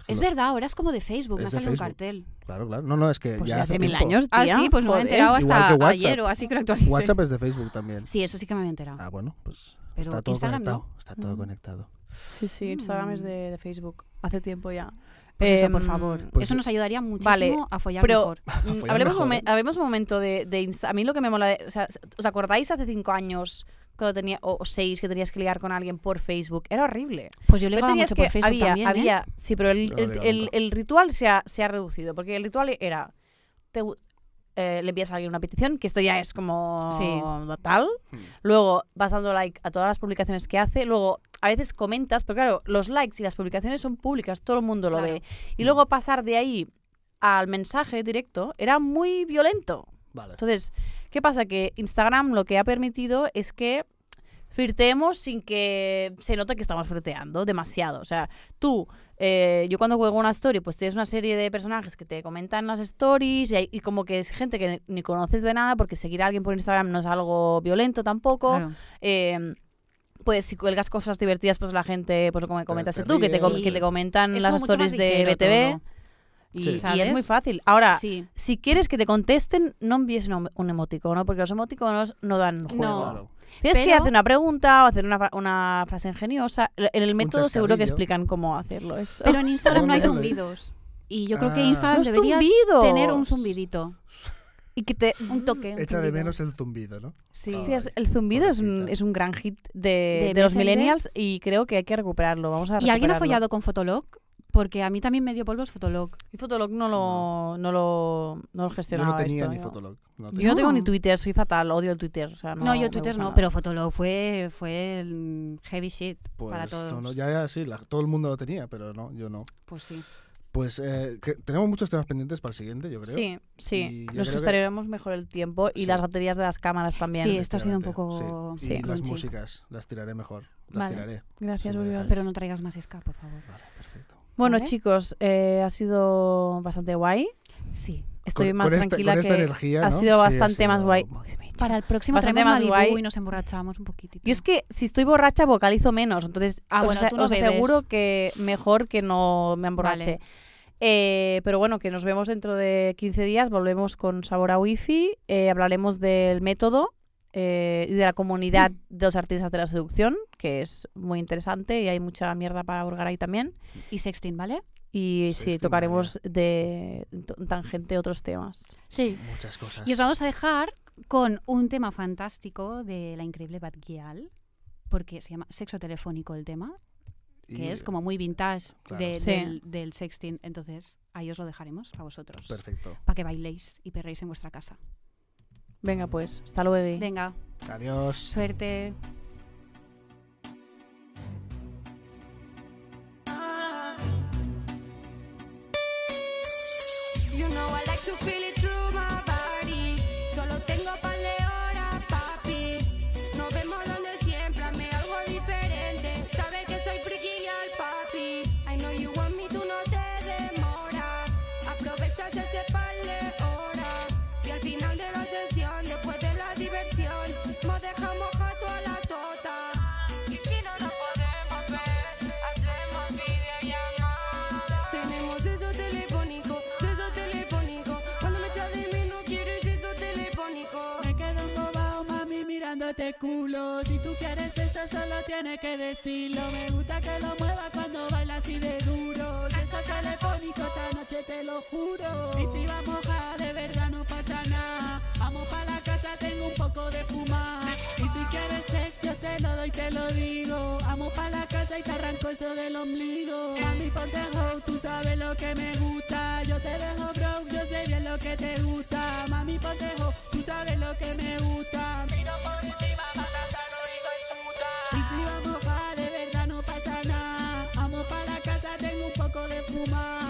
Speaker 3: que
Speaker 2: es
Speaker 3: lo-
Speaker 2: verdad, ahora es como de Facebook,
Speaker 3: Es
Speaker 2: me ha
Speaker 3: de
Speaker 2: salido un
Speaker 3: Facebook.
Speaker 2: cartel.
Speaker 3: Claro, claro. No, no, es que
Speaker 1: Pues
Speaker 3: ya
Speaker 1: ya hace mil
Speaker 3: tiempo.
Speaker 1: años,
Speaker 2: Ah,
Speaker 1: tía,
Speaker 2: sí, pues no me he
Speaker 1: joder.
Speaker 2: enterado hasta
Speaker 3: Igual que
Speaker 2: ayer
Speaker 3: WhatsApp.
Speaker 2: o así que lo actualicé.
Speaker 3: WhatsApp es de Facebook también.
Speaker 2: Sí, eso sí que me había enterado.
Speaker 3: Ah, bueno, pues
Speaker 2: pero
Speaker 3: está todo
Speaker 2: Instagram
Speaker 3: conectado.
Speaker 2: no.
Speaker 3: Está todo
Speaker 1: Mm.
Speaker 3: conectado.
Speaker 1: Sí, sí, Instagram es de, de Facebook. Hace tiempo ya.
Speaker 2: Pues eso, por
Speaker 1: Em,
Speaker 2: favor.
Speaker 3: pues
Speaker 2: eso
Speaker 3: yo-
Speaker 2: nos ayudaría muchísimo
Speaker 1: Vale,
Speaker 2: a follar
Speaker 1: pero-
Speaker 2: mejor.
Speaker 1: Mm,
Speaker 3: follar
Speaker 1: hablemos,
Speaker 3: mejor,
Speaker 1: momen-
Speaker 3: ¿eh?
Speaker 1: hablemos un momento de, de Insta- A mí lo que me mola. de- o sea, ¿os acordáis hace cinco años? Cuando tenía, o o seis, que tenías que ligar con alguien por Facebook. Era horrible.
Speaker 2: Pues yo le
Speaker 1: Pero
Speaker 2: daba
Speaker 1: tenías
Speaker 2: mucho por
Speaker 1: que-
Speaker 2: Facebook
Speaker 1: había,
Speaker 2: también, ¿eh?
Speaker 1: había, sí, pero el,
Speaker 3: Yo no
Speaker 1: el-
Speaker 3: digo
Speaker 1: el-
Speaker 3: nunca.
Speaker 1: el ritual se ha, se ha reducido, porque el ritual era, te bu- eh, le envías a alguien una petición, que esto ya es como
Speaker 2: Sí.
Speaker 1: tal,
Speaker 3: Hmm.
Speaker 1: luego vas dando like a todas las publicaciones que hace, luego a veces comentas, pero claro, los likes y las publicaciones son públicas, todo el mundo lo
Speaker 2: Claro.
Speaker 1: ve, y luego pasar de ahí al mensaje directo era muy violento.
Speaker 3: Vale.
Speaker 1: Entonces, ¿qué pasa? Que Instagram lo que ha permitido es que flirteemos sin que se note que estamos flirteando demasiado. O sea, tú, eh, yo cuando juego una story, pues tienes una serie de personajes que te comentan las stories y, hay- y como que es gente que ni conoces de nada porque seguir a alguien por Instagram no es algo violento tampoco.
Speaker 2: Claro.
Speaker 1: Eh, pues si cuelgas cosas divertidas, pues la gente, pues como comentaste
Speaker 3: te
Speaker 1: tú, que te,
Speaker 3: ríes.
Speaker 1: com-
Speaker 2: Sí.
Speaker 1: que te comentan
Speaker 2: Es
Speaker 1: las
Speaker 2: como mucho más
Speaker 1: stories de
Speaker 2: ligero
Speaker 1: BTV.
Speaker 2: todo.
Speaker 1: Y,
Speaker 3: Sí.
Speaker 1: y es
Speaker 2: ¿Sabes?
Speaker 1: muy fácil. Ahora,
Speaker 2: Sí.
Speaker 1: si quieres que te contesten, no envíes un, un emoticono, porque los emoticonos no dan juego.
Speaker 2: No.
Speaker 3: Claro.
Speaker 1: Tienes que
Speaker 2: pero-
Speaker 1: hacer una pregunta o hacer una, fra- una frase ingeniosa. El- En el método seguro que
Speaker 3: chascarrillo.
Speaker 1: explican cómo hacerlo esto.
Speaker 2: Pero en Instagram no hay
Speaker 3: ¿Dónde?
Speaker 2: zumbidos. Y yo creo que
Speaker 3: Ah.
Speaker 2: Instagram
Speaker 1: Los
Speaker 2: debería
Speaker 1: zumbidos.
Speaker 2: tener un zumbidito.
Speaker 1: Y que te...
Speaker 2: Un toque. un
Speaker 3: Echa de
Speaker 2: zumbido.
Speaker 3: menos el zumbido, ¿no?
Speaker 2: Sí.
Speaker 1: Hostias, el zumbido es un,
Speaker 3: pobrecita.
Speaker 1: es un gran hit de,
Speaker 2: De
Speaker 1: de los
Speaker 2: Messenger.
Speaker 1: millennials y creo que hay que recuperarlo. Vamos a
Speaker 2: ¿Y alguien ha
Speaker 1: recuperarlo.
Speaker 2: follado con Fotolog? Porque a mí también me dio polvos Fotolog.
Speaker 1: Y Fotolog no lo, no lo, no lo
Speaker 3: Yo
Speaker 1: gestionaba
Speaker 3: no tenía
Speaker 1: esto,
Speaker 3: ni
Speaker 1: yo.
Speaker 3: Fotolog. No
Speaker 1: Yo
Speaker 3: tenía.
Speaker 1: no tengo ni
Speaker 2: No.
Speaker 1: Twitter, soy fatal, odio el Twitter. o sea, no,
Speaker 2: No, yo
Speaker 1: me
Speaker 2: Twitter
Speaker 1: gusta
Speaker 2: no,
Speaker 1: nada.
Speaker 2: pero Fotolog fue, fue el heavy shit para
Speaker 3: Pues
Speaker 2: todos.
Speaker 3: no, no, ya, ya sí, la- todo el mundo lo tenía, pero no, yo no.
Speaker 2: Pues sí.
Speaker 3: Pues eh, que- tenemos muchos temas pendientes para el siguiente, yo creo.
Speaker 1: Sí,
Speaker 3: Y
Speaker 1: sí. Nos
Speaker 3: yo creo que-
Speaker 1: gestionaremos mejor el tiempo y
Speaker 3: Sí.
Speaker 1: las baterías de las cámaras también.
Speaker 2: Sí, esto ha sido un
Speaker 3: efectivamente,
Speaker 2: poco.
Speaker 3: Sí, y las
Speaker 2: crunchy.
Speaker 3: músicas las tiraré mejor. Las
Speaker 1: Vale.
Speaker 3: tiraré.
Speaker 1: Gracias,
Speaker 3: Sí, me
Speaker 1: Oriol.
Speaker 3: dejáis.
Speaker 2: Pero no traigas más ska, por favor.
Speaker 3: Vale, perfecto.
Speaker 1: Bueno,
Speaker 2: ¿Vale?
Speaker 1: chicos, eh, ha sido bastante guay.
Speaker 2: Sí.
Speaker 1: Estoy
Speaker 3: Con-
Speaker 1: más
Speaker 3: con esta-
Speaker 1: tranquila
Speaker 3: con esta
Speaker 1: que
Speaker 3: energía,
Speaker 1: ha
Speaker 3: ¿no?
Speaker 1: sido
Speaker 3: Sí, ha
Speaker 1: bastante más
Speaker 3: sido-
Speaker 1: guay.
Speaker 2: Para el próximo
Speaker 1: Bastante
Speaker 2: traemos
Speaker 1: más
Speaker 2: Malibu
Speaker 1: guay.
Speaker 2: y nos emborrachamos un poquitito.
Speaker 1: Yo es que si estoy borracha vocalizo menos, entonces
Speaker 2: Ah,
Speaker 1: os,
Speaker 2: bueno,
Speaker 1: ase-
Speaker 2: tú no
Speaker 1: os
Speaker 2: bebes.
Speaker 1: aseguro que mejor que no me emborrache.
Speaker 2: Vale.
Speaker 1: Eh, pero bueno, que nos vemos dentro de 15 días, volvemos con Sabor a Wifi, eh, hablaremos del método eh, y de la comunidad de los artistas de la seducción, que es muy interesante y hay mucha mierda para hurgar ahí también.
Speaker 2: Y sexting, ¿vale?
Speaker 1: Y
Speaker 3: Sí,
Speaker 1: sí,
Speaker 3: estoy
Speaker 1: tocaremos de t- tangente otros temas.
Speaker 2: Sí.
Speaker 3: Muchas cosas.
Speaker 2: Y os vamos a dejar con un tema fantástico de la increíble Bad Gyal, porque se llama sexo telefónico el tema, que
Speaker 3: Y-
Speaker 2: es como muy vintage
Speaker 3: claro.
Speaker 2: de-
Speaker 1: Sí.
Speaker 2: del, del sexting. Entonces, ahí os lo dejaremos para vosotros.
Speaker 3: Perfecto.
Speaker 2: Para que bailéis y perréis en vuestra casa.
Speaker 1: Venga, pues, hasta luego.
Speaker 2: Venga,
Speaker 3: Adiós.
Speaker 2: suerte.
Speaker 5: You know I like to feel it through my body. Solo tengo par de horas, papi. Nos vemos donde siempre, hazme algo diferente. Sabes que soy friki al papi. I know you want me, tú no te demoras. Aprovechas ese par de horas. Y al final de la sesión, después de la diversión, nos dejamos jato a la tota. Y si no nos podemos ver, hacemos videollamada. Tenemos eso telefónico, eso telefónico. Cuando me echas de mí no quieres eso telefónico.
Speaker 6: Me quedo embobado, mami, mirándote culo. Si tú quieres eso, solo tienes que decirlo. Me gusta que lo muevas cuando bailas así de duro. Si eso es telefónico, esta noche te lo juro. Y si vamos a de verdad, no pasa nada. Vamos para la casa, tengo un poco de fumar. Y si quieres sex, yo te lo doy, te lo digo. Vamos para la casa y te arranco eso del ombligo. Mami, ponte hoe, tú sabes lo que me gusta. Yo te dejo bro, yo sé bien lo que te gusta. Mami, ponte hoe, tú sabes lo que me gusta. Miro por encima, matando, hijo de puta. Y si vamos pa', de verdad no pasa nada. Vamos para la casa, tengo un poco de fumar.